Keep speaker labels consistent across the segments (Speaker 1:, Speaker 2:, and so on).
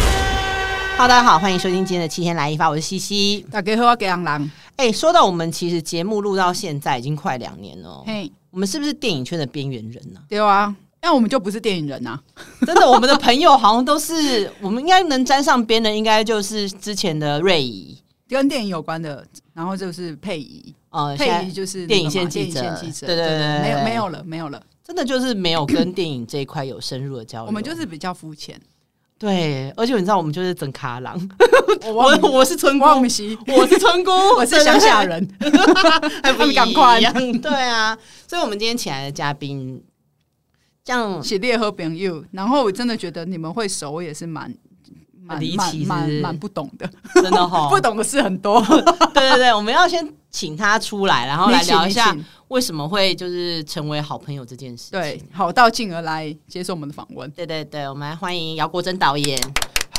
Speaker 1: 哈喽，大家好，欢迎收听今天的七天来一发，我是西西。
Speaker 2: 大家好，我给杨郎。
Speaker 1: 哎、说到我们其实节目录到现在已经快两年了哦，
Speaker 2: 嘿，
Speaker 1: 我们是不是电影圈的边缘人呢、
Speaker 2: 对啊，那我们就不是电影人啊。
Speaker 1: 真的，我们的朋友好像都是，我们应该能沾上边的，应该就是之前的瑞怡，
Speaker 2: 跟电影有关的，然后就是配仪，
Speaker 1: 呃，现
Speaker 2: 配
Speaker 1: 在
Speaker 2: 仪就是那个
Speaker 1: 电影
Speaker 2: 嘛
Speaker 1: 线
Speaker 2: 电
Speaker 1: 记
Speaker 2: 影
Speaker 1: 者
Speaker 2: 线记者，
Speaker 1: 对对对对对
Speaker 2: 没有没有了，没有了，
Speaker 1: 真的就是没有跟电影这一块有深入的交流。
Speaker 2: 我们就是比较 肤浅。
Speaker 1: 对，而且你知道，我们就是整卡郎，
Speaker 2: 我
Speaker 1: 我
Speaker 2: 忘
Speaker 1: 我是村姑，
Speaker 2: 忘西，
Speaker 1: 我是村姑，
Speaker 2: 我是乡 下人，
Speaker 1: 嗯还不
Speaker 2: 不
Speaker 1: 一
Speaker 2: 一样
Speaker 1: 样， 对啊，所以我们今天请来的嘉宾，这样
Speaker 2: 写列和朋友。然后我真的觉得你们会熟，我也是蛮蛮
Speaker 1: 离
Speaker 2: 蛮
Speaker 1: 奇是不
Speaker 2: 蛮
Speaker 1: 是哦
Speaker 2: 蛮不懂的，
Speaker 1: 真的哈，
Speaker 2: 不懂的事很 多。
Speaker 1: 对对对，我们要先请他出来，然后来
Speaker 2: 你请
Speaker 1: 聊一下
Speaker 2: 你请
Speaker 1: 为什么会就是成为好朋友这件事。
Speaker 2: 对，好到进而来接受我们的访问。
Speaker 1: 对对对，我们来欢迎姚国珍导 演。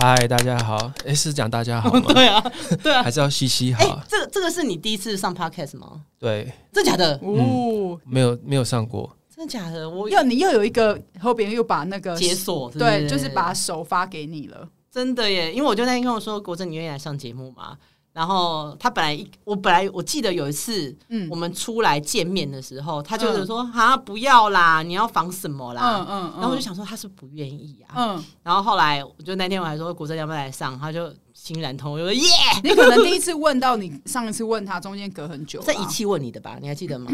Speaker 3: 嗨，大家好。哎，是讲大家好吗？
Speaker 1: 对啊，对啊。
Speaker 3: 还是要嘻嘻
Speaker 1: 哎、
Speaker 3: 好？
Speaker 1: 这个这个是你第一次上 podcast 吗？
Speaker 3: 对，
Speaker 1: 真假的？
Speaker 2: 哦，
Speaker 3: 没有没有上过。
Speaker 1: 真的假的？我
Speaker 2: 又你又有一个后边又把那个
Speaker 1: 解锁，对不
Speaker 2: 对，就是把手发给你了。
Speaker 1: 真的耶，因为我就那天跟我说，国珍你愿意来上节目吗？然后他本来一，我本来我记得有一次
Speaker 2: 嗯
Speaker 1: 我们出来见面的时候，他就是说啊、不要啦，你要防什么啦？
Speaker 2: 嗯嗯，
Speaker 1: 然后我就想说他是不愿意啊，
Speaker 2: 嗯，
Speaker 1: 然后后来我就那天我还说国珍要不要来上，他就欣然同意，我说耶，
Speaker 2: 你可能第一次问到你上一次问他中间隔很久吧，
Speaker 1: 这一期问你的吧，你还记得吗？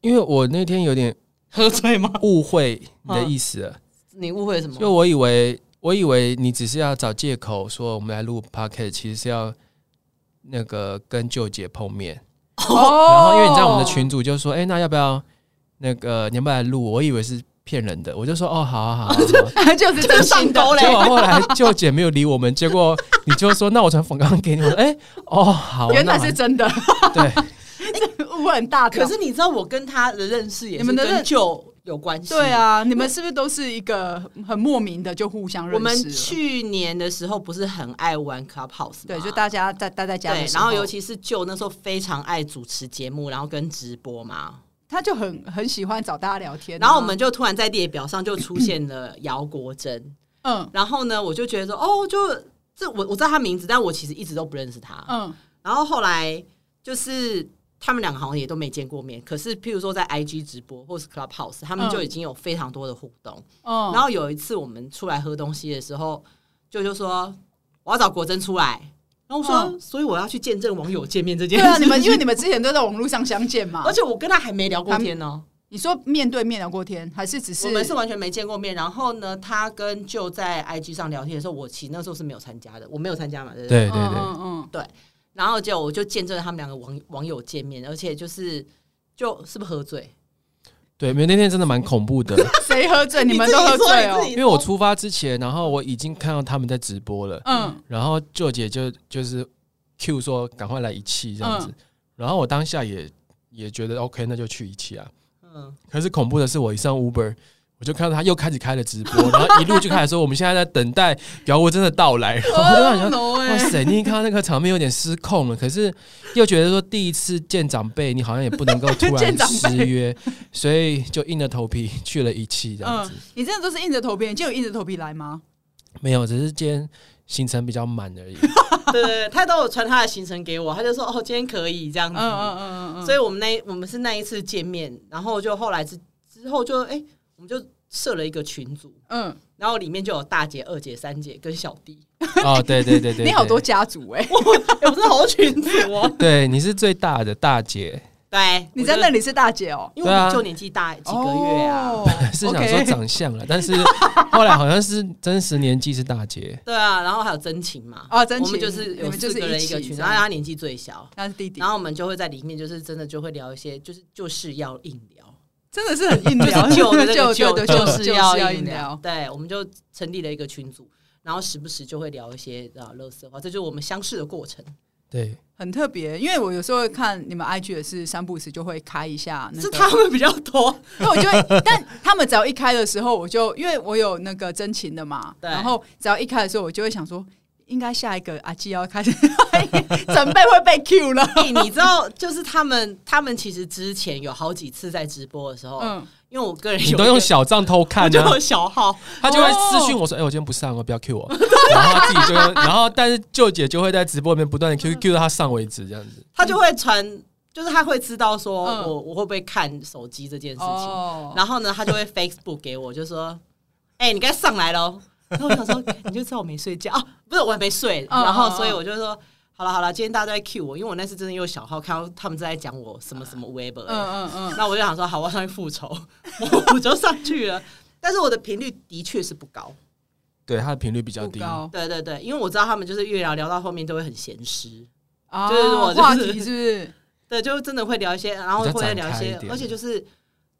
Speaker 3: 因为我那天有点
Speaker 1: 喝醉吗？嗯
Speaker 3: 误会你的意思了，
Speaker 1: 你误会了什么？
Speaker 3: 就我以为我以为你只是要找借口说我们来录 podcast，其实是要那个跟舅姐碰面。
Speaker 2: 哦
Speaker 3: 然后因为你知道我们的群主就说，哎，那要不要那个你要不要来录？我以为是骗人的，我就说哦，好啊好啊好 啊。
Speaker 2: 就是真心的，
Speaker 1: 头
Speaker 3: 结果后来舅姐没有理我们，结果你就说那我传粉刚给你，我 说哎、哦好啊，
Speaker 2: 原来
Speaker 3: 那
Speaker 2: 是真的，
Speaker 3: 对。
Speaker 2: 误会很大条。
Speaker 1: 可是你知道我跟他的认识也
Speaker 2: 你
Speaker 1: 是
Speaker 2: 们的
Speaker 1: 跟
Speaker 2: 认
Speaker 1: 酒有关系，
Speaker 2: 对。啊，你们是不是都是一个很莫名的就互相认识了？
Speaker 1: 我们去年的时候不是很爱玩 Clubhouse 吗
Speaker 2: 对，就大家在待在家
Speaker 1: 对
Speaker 2: 的，时
Speaker 1: 然
Speaker 2: 候，
Speaker 1: 后尤其是舅那时候非常爱主持节目，然后跟直播嘛，
Speaker 2: 他就很很喜欢找大家聊天啊，
Speaker 1: 然后我们就突然在列表上就出现了姚国珍，
Speaker 2: 嗯
Speaker 1: 然后呢，我就觉得说，哦，就这我我知道他名字，但我其实一直都不认识他。
Speaker 2: 嗯
Speaker 1: 然后后来就是他们两个好像也都没见过面，可是譬如说在 IG 直播或是 Clubhouse，他们
Speaker 2: 嗯
Speaker 1: 就已经有非常多的互动。
Speaker 2: 嗯，
Speaker 1: 然后有一次我们出来喝东西的时候，舅就说我要找国珍出来，然后我说，
Speaker 2: 嗯
Speaker 1: 所以我要去见证网友见面这件
Speaker 2: 对
Speaker 1: 事情。
Speaker 2: 啊，你们因为你们之前都在网络上相见嘛
Speaker 1: 而，且我跟他还没聊过天呢，
Speaker 2: 你说面对面聊过天，还是只是嗯
Speaker 1: 我们是完全没见过面。然后呢，他跟就在 IG 上聊天的时候，我其实那时候是没有参加的，我没有参加嘛，对不对？
Speaker 3: 对对
Speaker 2: 嗯
Speaker 3: 对，
Speaker 2: 嗯嗯，
Speaker 1: 然后就我就见证了他们两个网网友见面，而且就是就是不是喝醉？
Speaker 3: 对，没有那天真的蛮恐怖的，
Speaker 2: 谁喝醉？你们
Speaker 1: 自己
Speaker 2: 都喝
Speaker 1: 说
Speaker 2: 醉
Speaker 1: 你
Speaker 2: 哦
Speaker 1: 自。己
Speaker 3: 因为我
Speaker 1: 说
Speaker 3: 出发之前，然后我已经看到他们在直播了，
Speaker 2: 嗯，
Speaker 3: 然后舅姐就就是 Q 说赶快来一气这样
Speaker 2: 嗯
Speaker 3: 子，然后我当下也也觉得 OK，那就去一气啊。
Speaker 1: 嗯，
Speaker 3: 可是恐怖的是，我一上 Uber。我就看到他又开始开了直播，然后一路就开始说我 们现在在等待姚国真的到来，
Speaker 2: 哦
Speaker 3: 然后我就想说
Speaker 2: no
Speaker 3: 哇塞，你看到那个场面有点失控了，可 是又觉得说第一次见长辈，你好像也不能够突
Speaker 2: 见
Speaker 3: 然
Speaker 2: 长辈
Speaker 3: 失约，所以就硬着头皮去了一期这
Speaker 2: 嗯
Speaker 3: 样子。，
Speaker 2: 你真的都是硬着头皮，你就有硬着头皮来吗？
Speaker 3: 没有，只是今天行程比较满 而已。
Speaker 1: 对对对，他都有传他的行程给我，他就说哦，今天可以这样
Speaker 2: 嗯
Speaker 1: 子。
Speaker 2: 嗯嗯嗯，
Speaker 1: 所
Speaker 2: 以
Speaker 1: 以我们那我们是那一次见面，然后就后来之之后就哎、我们就设了一个群组，
Speaker 2: 嗯，
Speaker 1: 然后里面就有大姐、二姐、三姐跟小弟，
Speaker 3: 哦，对对对对对，
Speaker 2: 嗯你好多家族哎，
Speaker 1: 哎我们是好群组哦。
Speaker 3: 对，你是最大的大姐，
Speaker 1: 对，
Speaker 2: 你在
Speaker 1: 我就
Speaker 2: 那，里是大姐哦，
Speaker 1: 因为我
Speaker 3: 对
Speaker 1: 们
Speaker 3: 啊
Speaker 1: 就年纪大几个月啊。
Speaker 2: 哦
Speaker 3: 是想说
Speaker 2: OK
Speaker 3: 长相啊了，但是后来好像是真实年纪是大姐。
Speaker 1: 对啊，然后还有真情嘛，
Speaker 2: 哦真情
Speaker 1: 我们就是
Speaker 2: 你
Speaker 1: 有
Speaker 2: 们就
Speaker 1: 四
Speaker 2: 是
Speaker 1: 个人一个
Speaker 2: 一起
Speaker 1: 群，
Speaker 2: 这
Speaker 1: 然
Speaker 2: 样
Speaker 1: 后他年纪最小，
Speaker 2: 那是弟弟
Speaker 1: 然，后我们就会在里面，就是真的就会聊一些，就是就是要硬聊，
Speaker 2: 真的是很硬聊，
Speaker 1: 啊 旧的那个
Speaker 2: 就
Speaker 1: 旧
Speaker 2: 就
Speaker 1: 就是要
Speaker 2: 要
Speaker 1: 硬
Speaker 2: 硬
Speaker 1: 聊
Speaker 2: 聊，。
Speaker 1: 对，我们就成立了一个群组，然后时不时就会聊一些啊乐色话，这就是我们相识的过程。
Speaker 3: 对，
Speaker 2: 很特别，因为我有时候看你们 IG 也是三不五时就会开一下那个，
Speaker 1: 是他们比较 多，
Speaker 2: 那我就会，但他们只要一开的时候，我就因为我有那个真情的嘛，
Speaker 1: 对
Speaker 2: 然后只要一开的时候，我就会想说，应该下一个阿基要开 始准备会被 Q 了。
Speaker 1: 哎、你知道，就是他们，他们其实之前有好几次在直播的时候，
Speaker 2: 嗯，
Speaker 1: 因
Speaker 3: 你
Speaker 1: 一
Speaker 3: 都
Speaker 1: 个
Speaker 3: 用小账偷
Speaker 1: 我
Speaker 3: 看
Speaker 1: 就
Speaker 3: 啊
Speaker 1: 有，小号，
Speaker 3: 他就会私讯我说：“哎、我今天不上，我不要 Q 我。” 然后他自己就，然后但是舅姐就会在直播里面不断的 Q Q 到他上为止，这样子。
Speaker 1: 他就会传，就是他会知道说
Speaker 2: 嗯
Speaker 1: 我我会不会看手机这件事情，
Speaker 2: 哦，
Speaker 1: 然后呢，他就会 Facebook 给我，就说：“哎，你该上来喽。”然后我想说，你就知道我没睡觉啊，不是我还没睡，
Speaker 2: 嗯
Speaker 1: 然后
Speaker 2: 嗯嗯
Speaker 1: 所以我就说。好了好了，今天大家都在 cue 我，因为我那次真的有小号看到他们正在讲我什么什么 web，、
Speaker 2: 嗯嗯嗯，
Speaker 1: 那我就想说，好，我要上去复仇，我我就上去了。但是我的频率的确是不高，
Speaker 3: 对，他的频率比较
Speaker 1: 呃
Speaker 2: 不
Speaker 3: 低。
Speaker 2: 高，
Speaker 1: 对对对，因为我知道他们就是越聊聊到后面都会很闲湿，
Speaker 2: 啊
Speaker 1: 就是我就是
Speaker 2: 话题是不是？
Speaker 1: 对，就真的会聊一些，然后
Speaker 3: 比较
Speaker 1: 会聊
Speaker 3: 展开一
Speaker 1: 些，
Speaker 3: 点
Speaker 1: 而且就是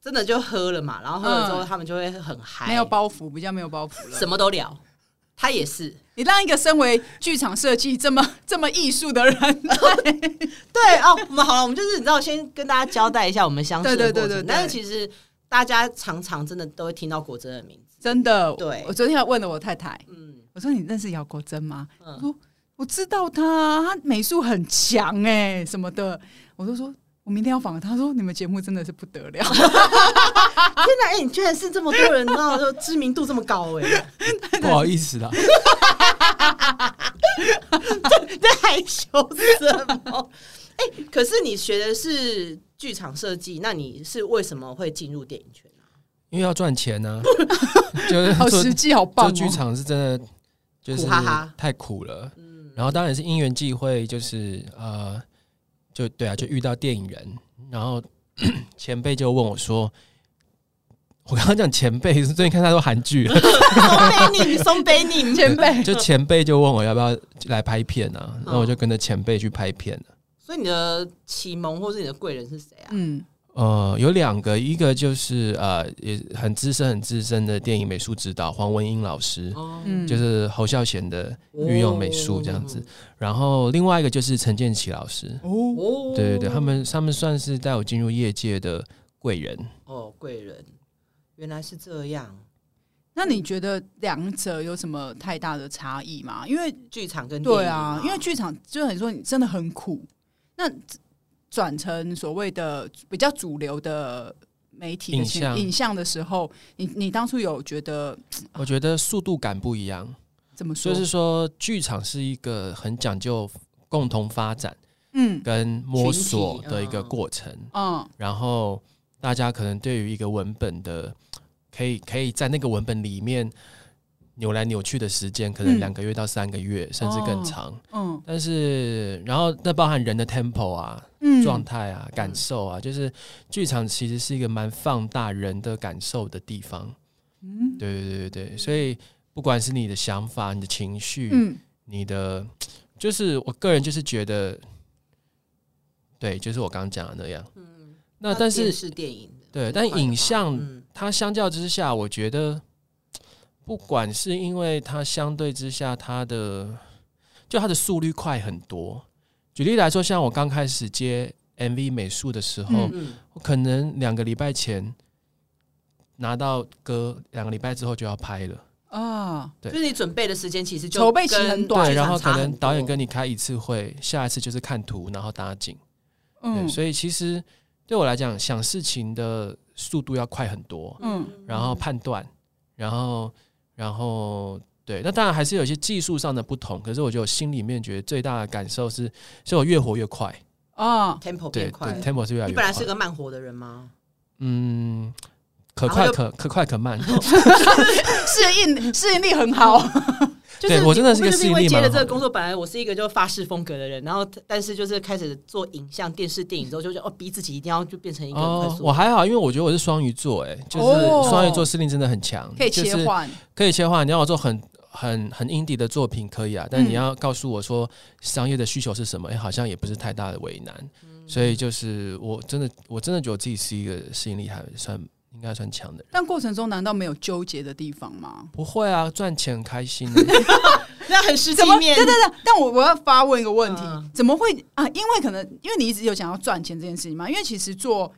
Speaker 1: 真的就喝了嘛，然后喝了之后
Speaker 2: 嗯
Speaker 1: 他们就会很嗨，
Speaker 2: 没有包袱，比较没有包袱了。
Speaker 1: 什么都聊。他也是，
Speaker 2: 你让一个身为剧场设计这么这么艺 术的人，
Speaker 1: 对哦，我们好了，我们就是你知道，先跟大家交代一下我们相识的
Speaker 2: 对对
Speaker 1: 过程。
Speaker 2: 对对对
Speaker 1: 但是其实大家常常真的都会听到果真的名字，
Speaker 2: 真的，
Speaker 1: 对
Speaker 2: 我昨天还问了我太太，
Speaker 1: 嗯
Speaker 2: 我说你认识姚国珍吗？她
Speaker 1: 嗯，
Speaker 2: 说我知道她，她美术很强哎、什么的。我就说我明天要访她，她说你们节目真的是不得 了，
Speaker 1: 天哪，哎、你居然是这么多人，然后就 知名度这么高哎、
Speaker 3: 不好意思啦，
Speaker 1: 在害羞什么？哎、可是你学的是剧场设计，那你是为什么会进入电影 圈啊？
Speaker 3: 因为要赚钱呢、就是
Speaker 2: 好
Speaker 3: 做
Speaker 2: 实际，好棒、
Speaker 3: 做
Speaker 2: 哦。
Speaker 3: 剧场是真的，就是
Speaker 1: 苦哈哈
Speaker 3: 太苦了。
Speaker 1: 嗯，
Speaker 3: 然后当然是因缘际会，就是呃，就对啊，就遇到电影人，然后 前辈就问我说：“ 我刚刚讲前辈， 最近看太多韩剧了，
Speaker 1: 松北你，松北你，
Speaker 2: 前辈，
Speaker 3: 就前辈就问我要不要来拍片啊，然后
Speaker 1: 嗯
Speaker 3: 我就跟着前辈去拍片啊了。
Speaker 1: 所以你的启蒙或是你的贵人是谁啊？
Speaker 2: 嗯，
Speaker 3: 呃，有两个，一个就是呃，也很资深、很资深的电影美术指导黄文英老师，
Speaker 1: 哦，
Speaker 2: 嗯
Speaker 3: 就是侯孝贤的御用美术这样子。
Speaker 1: 哦
Speaker 3: 然后另外一个就是陈建奇老师，
Speaker 2: 哦，
Speaker 1: 哦
Speaker 3: 对对对，他们他们算是带我进入业界的贵人。
Speaker 1: 哦，贵人原来是这样，
Speaker 2: 那你觉得两者有什么太大的差异吗？因为
Speaker 1: 剧场跟电影
Speaker 2: 对啊，因为剧场就很说你真的很苦，那转成所谓的比较主流的媒体的
Speaker 3: 影
Speaker 2: 形
Speaker 3: 像
Speaker 2: 影像的时候，你你当初有觉得
Speaker 3: 我觉得速度感不一样，
Speaker 2: 怎么
Speaker 3: 所
Speaker 2: 说？
Speaker 3: 以是说剧场是一个很讲究共同发展
Speaker 2: 嗯
Speaker 3: 跟摸索
Speaker 1: 群体
Speaker 3: 的一个
Speaker 1: 嗯
Speaker 3: 过程。
Speaker 2: 嗯
Speaker 3: 然后大家可能对于一个文本的，可以可以在那个文本里面扭来扭去的时间，可能
Speaker 2: 嗯
Speaker 3: 两个月到三个月，甚至更长。
Speaker 2: 嗯
Speaker 3: 但是，然后那包含人的 tempo 啊、
Speaker 2: 嗯
Speaker 3: 状态啊、感受啊，就是剧场其实是一个蛮放大人的感受的地方。
Speaker 2: 嗯
Speaker 3: 对对对对对，所以不管是你的想法、你的情绪、
Speaker 2: 嗯
Speaker 3: 你的，就是我个人就是觉得，对，就是我刚刚讲的那样。
Speaker 1: 嗯，
Speaker 3: 那但是
Speaker 1: 是电影的
Speaker 3: 对但影像
Speaker 1: 嗯
Speaker 3: 它相较之下，我觉得不管是因为它相对之下，它的就它的速率快很多。举例来说，像我刚开始接 MV 美术的时候，
Speaker 2: 嗯
Speaker 1: 嗯，
Speaker 3: 我可能两个礼拜前拿到歌，两个礼拜之后就要拍了。
Speaker 2: 啊
Speaker 3: 对
Speaker 1: 就是你准备的时间其实就
Speaker 2: 筹备期
Speaker 1: 跟
Speaker 2: 很短
Speaker 3: 对，
Speaker 1: 剧场
Speaker 3: 然后
Speaker 1: 差
Speaker 3: 可能
Speaker 1: 很多
Speaker 3: 导演跟你开一次会，下一次就是看图，然后搭景。对，
Speaker 2: 嗯
Speaker 3: 所以其实对我来讲，想事情的速度要快很多。
Speaker 2: 嗯
Speaker 3: 然后判断，然后然后对，那当然还是有一些技术上的不同，可是我觉得我心里面觉得最大的感受是，是我越活越快，
Speaker 2: 啊
Speaker 1: tempo
Speaker 3: 对
Speaker 1: 变
Speaker 3: 对
Speaker 1: 快。
Speaker 3: ，tempo 是越来
Speaker 1: 你
Speaker 3: 越
Speaker 1: 本
Speaker 3: 快
Speaker 1: 来，是个慢活的人吗？
Speaker 3: 嗯，可
Speaker 1: 然后
Speaker 3: 快
Speaker 1: 又哦
Speaker 3: 可可快 可慢，
Speaker 2: 适应适应力很 好，
Speaker 1: 就是
Speaker 3: 对我真的
Speaker 1: 你
Speaker 3: 是个
Speaker 1: 就是
Speaker 3: 吸引
Speaker 1: 因为
Speaker 3: 力
Speaker 1: 接
Speaker 3: 蛮
Speaker 1: 了
Speaker 3: 好
Speaker 1: 这个
Speaker 3: 的
Speaker 1: 工作，本来我是一个就发式风格的人，然后但是就是开始做影像、电视、电影之后，就觉得哦，逼自己一定要就变成一个很快
Speaker 3: 哦，
Speaker 1: 速。
Speaker 3: 我还好，因为我觉得我是双鱼座，哎，就是
Speaker 2: 哦
Speaker 3: 双鱼座司令真的很强，
Speaker 2: 可以
Speaker 3: 就
Speaker 2: 切
Speaker 3: 是
Speaker 2: 换，
Speaker 3: 可以切换，你要我做很。很很 indie 的作品可以啊，但
Speaker 2: 嗯
Speaker 3: 你要告诉我说商业的需求是什么，哎、好像也不是太大的为难。所以就是我真的我真的觉得我自己是一个吸引力还算应该算强的人。
Speaker 2: 但过程中难道没有纠结的地方吗？
Speaker 3: 不会啊，赚钱很开心、啊
Speaker 1: 那很实际
Speaker 2: 怎么？对
Speaker 1: 面，
Speaker 2: 对对，但我我要发问一个问题，
Speaker 1: 嗯
Speaker 2: 怎么会啊？因为可能因为你一直有想要赚钱这件事情嘛，因为其实做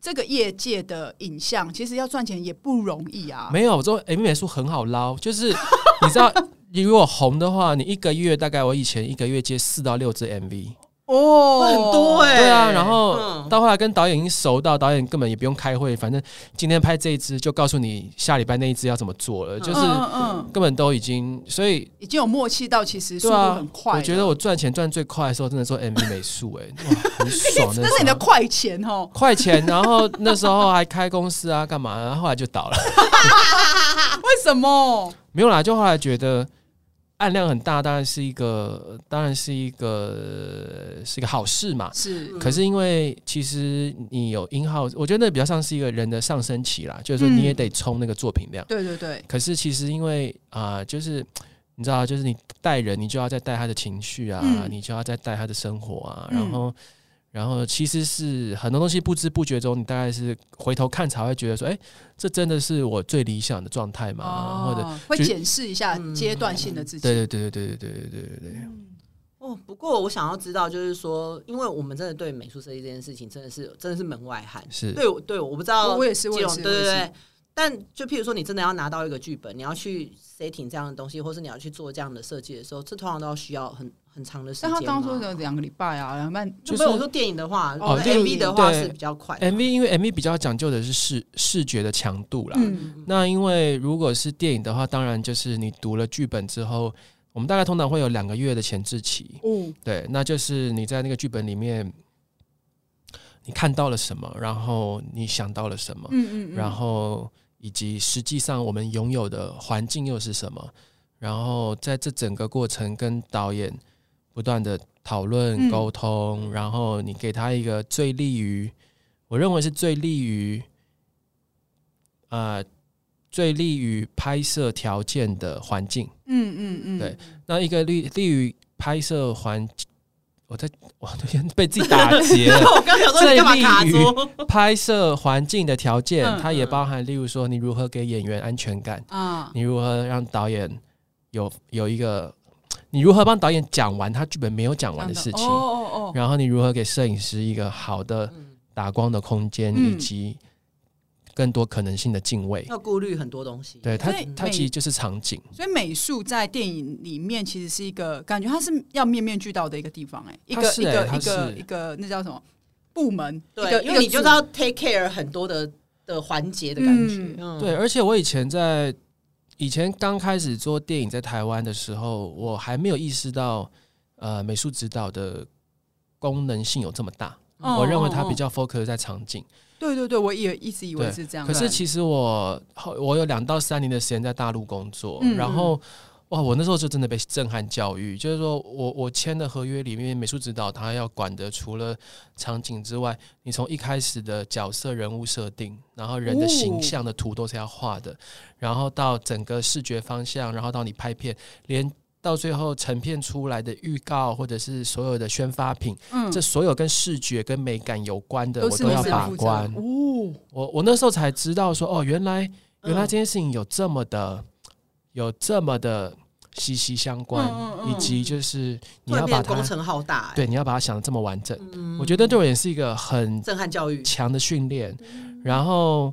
Speaker 2: 这个业界的影像，其实要赚钱也不容易啊。
Speaker 3: 没有，我做 M 美术很好捞，就是你知道，你如果红的话，你一个月大概我以前一个月接四到六支 MV，
Speaker 2: 哦，
Speaker 1: 很多哎、
Speaker 3: 对啊，然后
Speaker 1: 嗯
Speaker 3: 到后来跟导演已经熟到，导演根本也不用开会，反正今天拍这一支就告诉你下礼拜那一支要怎么做了，
Speaker 1: 嗯
Speaker 3: 就是
Speaker 2: 嗯嗯，
Speaker 3: 根本都已经，所以
Speaker 2: 已经有默契到其实速
Speaker 3: 对
Speaker 2: 度
Speaker 3: 啊
Speaker 2: 很快了、
Speaker 3: 我觉得我赚钱赚最快的时候，真的做 MV 美术， 哎，哇，很爽的。
Speaker 2: 那是你的快钱哦。
Speaker 3: 快钱，然后那时候还开公司啊，干嘛？然后后来就倒了，
Speaker 2: 为什么？
Speaker 3: 没有啦，就后来觉得案量很大，当然是一个，当然是一个是一个好事嘛。
Speaker 2: 是
Speaker 3: 可是因为其实你有 in house，我觉得那比较像是一个人的上升期啦，就是
Speaker 2: 嗯
Speaker 3: 说你也得冲那个作品量。
Speaker 2: 对对对，
Speaker 3: 可是其实因为啊、就是你知道，就是你带人，你就要再带他的情绪啊，
Speaker 2: 嗯
Speaker 3: 你就要再带他的生活啊，
Speaker 2: 嗯
Speaker 3: 然后。然后其实是很多东西不知不觉中，你大概是回头看才会觉得说，哎，这真的是我最理想的状态吗？或者，
Speaker 2: 哦，会
Speaker 3: 就是
Speaker 2: 检视一下
Speaker 1: 嗯
Speaker 2: 阶段性的自己。
Speaker 3: 对对对对对对对对对对对，
Speaker 1: 哦，不过我想要知道，就是说，因为我们真的对美术设计这件事情，真的是真的是门外汉。
Speaker 3: 是
Speaker 1: 对，我对我不知道
Speaker 2: 哦我我也是，我
Speaker 1: 基
Speaker 2: 也
Speaker 1: 隆，
Speaker 2: 是，
Speaker 1: 对对
Speaker 2: 我也
Speaker 1: 对
Speaker 2: 是。。
Speaker 1: 但就譬如说，你真的要拿到一个剧本，你要去 setting 这样的东西，或是你要去做这样的设计的时候，这通常都要需要很很长的时间
Speaker 2: 但
Speaker 1: 嘛。
Speaker 2: 他当初有两个礼拜啊，两半
Speaker 3: 就是
Speaker 1: 没有我说电影的话，
Speaker 2: 哦
Speaker 1: 那
Speaker 2: 电影
Speaker 1: MV 的话
Speaker 3: 对
Speaker 1: 是比较快的。
Speaker 3: MV，因为 MV 比较讲究的是视视觉的强度啦。
Speaker 2: 嗯
Speaker 3: 那因为如果是电影的话，当然就是你读了剧本之后，我们大概通常会有两个月的前置期。
Speaker 2: 哦，
Speaker 3: 对，那就是你在那个剧本里面，你看到了什么，然后你想到了什么，
Speaker 2: 嗯嗯，
Speaker 3: 哦然后以及实际上我们拥有的环境又是什么，然后在这整个过程跟导演不断的讨论
Speaker 2: 嗯
Speaker 3: 沟通，然后你给他一个最利于，我认为是最利于，呃，最利于拍摄条件的环境。
Speaker 2: 嗯嗯 嗯，
Speaker 3: 对那一个利利于拍摄环，我在我突然被自己打结了。
Speaker 1: 我刚想说你干嘛卡
Speaker 3: 最利
Speaker 1: 住？
Speaker 3: 拍摄环境的条件，
Speaker 2: 嗯
Speaker 3: 它也包含，例如说你如何给演员安全感，
Speaker 2: 啊，
Speaker 3: 你如何让导演有有一个，你如何帮导演讲完他剧本没有讲完的事情，
Speaker 2: 哦哦哦，
Speaker 3: 然后你如何给摄影师一个好的
Speaker 1: 嗯
Speaker 3: 打光的空间，
Speaker 2: 嗯哦
Speaker 3: 以及更多可能性的敬畏。
Speaker 1: 要顾虑很多东西。
Speaker 3: 对它
Speaker 2: 所以，
Speaker 3: 它
Speaker 2: 每
Speaker 3: 其实就是场景。
Speaker 2: 所以美术在电影里面其实是一个感觉，它是要面面俱到的一个地方，哎，一
Speaker 3: 它
Speaker 2: 个
Speaker 3: 是
Speaker 2: 一
Speaker 3: 哎
Speaker 2: 个
Speaker 3: 它
Speaker 2: 一个
Speaker 3: 是
Speaker 2: 一个那叫什么部门？一
Speaker 1: 对
Speaker 2: 个，
Speaker 1: 因为你就知。
Speaker 2: 一个组
Speaker 1: 道 take care 很多的的环节的感觉
Speaker 2: 嗯。
Speaker 1: 嗯，
Speaker 3: 对，，而且我以前在以前刚开始做电影在台湾的时候，我还没有意识到，呃，美术指导的功能性有这么大。
Speaker 2: 哦
Speaker 3: 我认为它比
Speaker 2: 哦
Speaker 3: 较 focus 在场景，
Speaker 2: 对对对，我也一直以为
Speaker 3: 对
Speaker 2: 是这样。
Speaker 3: 可是
Speaker 2: 对
Speaker 3: 其实我后我有两到三年的时间在大陆工作，
Speaker 2: 嗯
Speaker 3: 然后哇，我那时候就真的被震撼教育，就是说我我签的合约里面，美术指导他要管的除了场景之外，你从一开始的角色人物设定，然后人的形象的图都是要画
Speaker 2: 嗯
Speaker 3: 的，然后到整个视觉方向，然后到你拍片，连。到最后成片出来的预告，或者是所有的宣发品，
Speaker 2: 嗯
Speaker 3: 这所有跟视觉跟美感有关的，我
Speaker 2: 是
Speaker 3: 都要
Speaker 2: 你
Speaker 3: 把
Speaker 2: 负责
Speaker 3: 关。
Speaker 2: 哦，
Speaker 3: 我我那时候才知道说，哦，原来
Speaker 2: 嗯
Speaker 3: 原来这
Speaker 1: 样，
Speaker 3: 件事情有这么的、有这么的息息相关，
Speaker 2: 嗯嗯嗯
Speaker 3: 以及就是你
Speaker 1: 突然
Speaker 3: 要
Speaker 1: 变
Speaker 3: 把
Speaker 1: 得工
Speaker 3: 它
Speaker 1: 程浩大。哎，
Speaker 3: 对你要把它想的这么完整，
Speaker 1: 嗯
Speaker 3: 我觉得对我也是一个很
Speaker 1: 震撼教育。
Speaker 3: 强的训练。
Speaker 2: 嗯
Speaker 3: 然后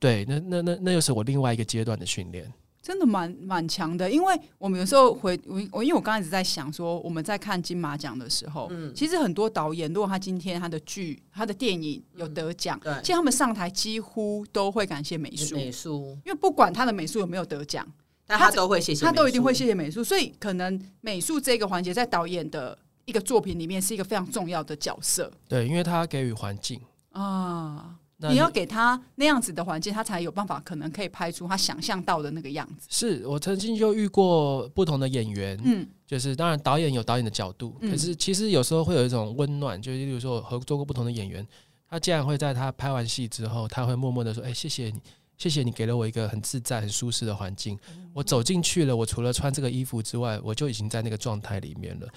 Speaker 3: 对，那那那那又是我另外一个阶段的训练。
Speaker 2: 真的蛮蛮强的，因为我们有时候回我我，因为我刚开始在想说，我们在看金马奖的时候，
Speaker 1: 嗯
Speaker 2: 其实很多导演，如果他今天他的剧、他的电影有得奖，
Speaker 1: 对
Speaker 2: 其实他们上台几乎都会感谢美术，
Speaker 1: 美术，
Speaker 2: 因为不管他的美术有没有得奖，
Speaker 1: 但
Speaker 2: 他
Speaker 1: 他都会谢谢，
Speaker 2: 他都一定会谢。谢美术，所以可能美术这个环节在导演的一个作品里面是一个非常重要的角色
Speaker 3: 对，因为它给予环境，
Speaker 2: 啊。
Speaker 3: 那
Speaker 2: 你要给他那样子的环境，他才有办法，可能可以拍出他想象到的那个样子。
Speaker 3: 是我曾经就遇过不同的演员，
Speaker 2: 嗯
Speaker 3: 就是当然导演有导演的角度，
Speaker 2: 嗯
Speaker 3: 可是其实有时候会有一种温暖，就是例如说我合作过不同的演员，他竟然会在他拍完戏之后，他会默默的说：“哎、谢谢你。”谢谢你给了我一个很自在、很舒适的环境。
Speaker 2: 嗯
Speaker 3: 我走进去了，我除了穿这个衣服之外，我就已经在那个状态里面了。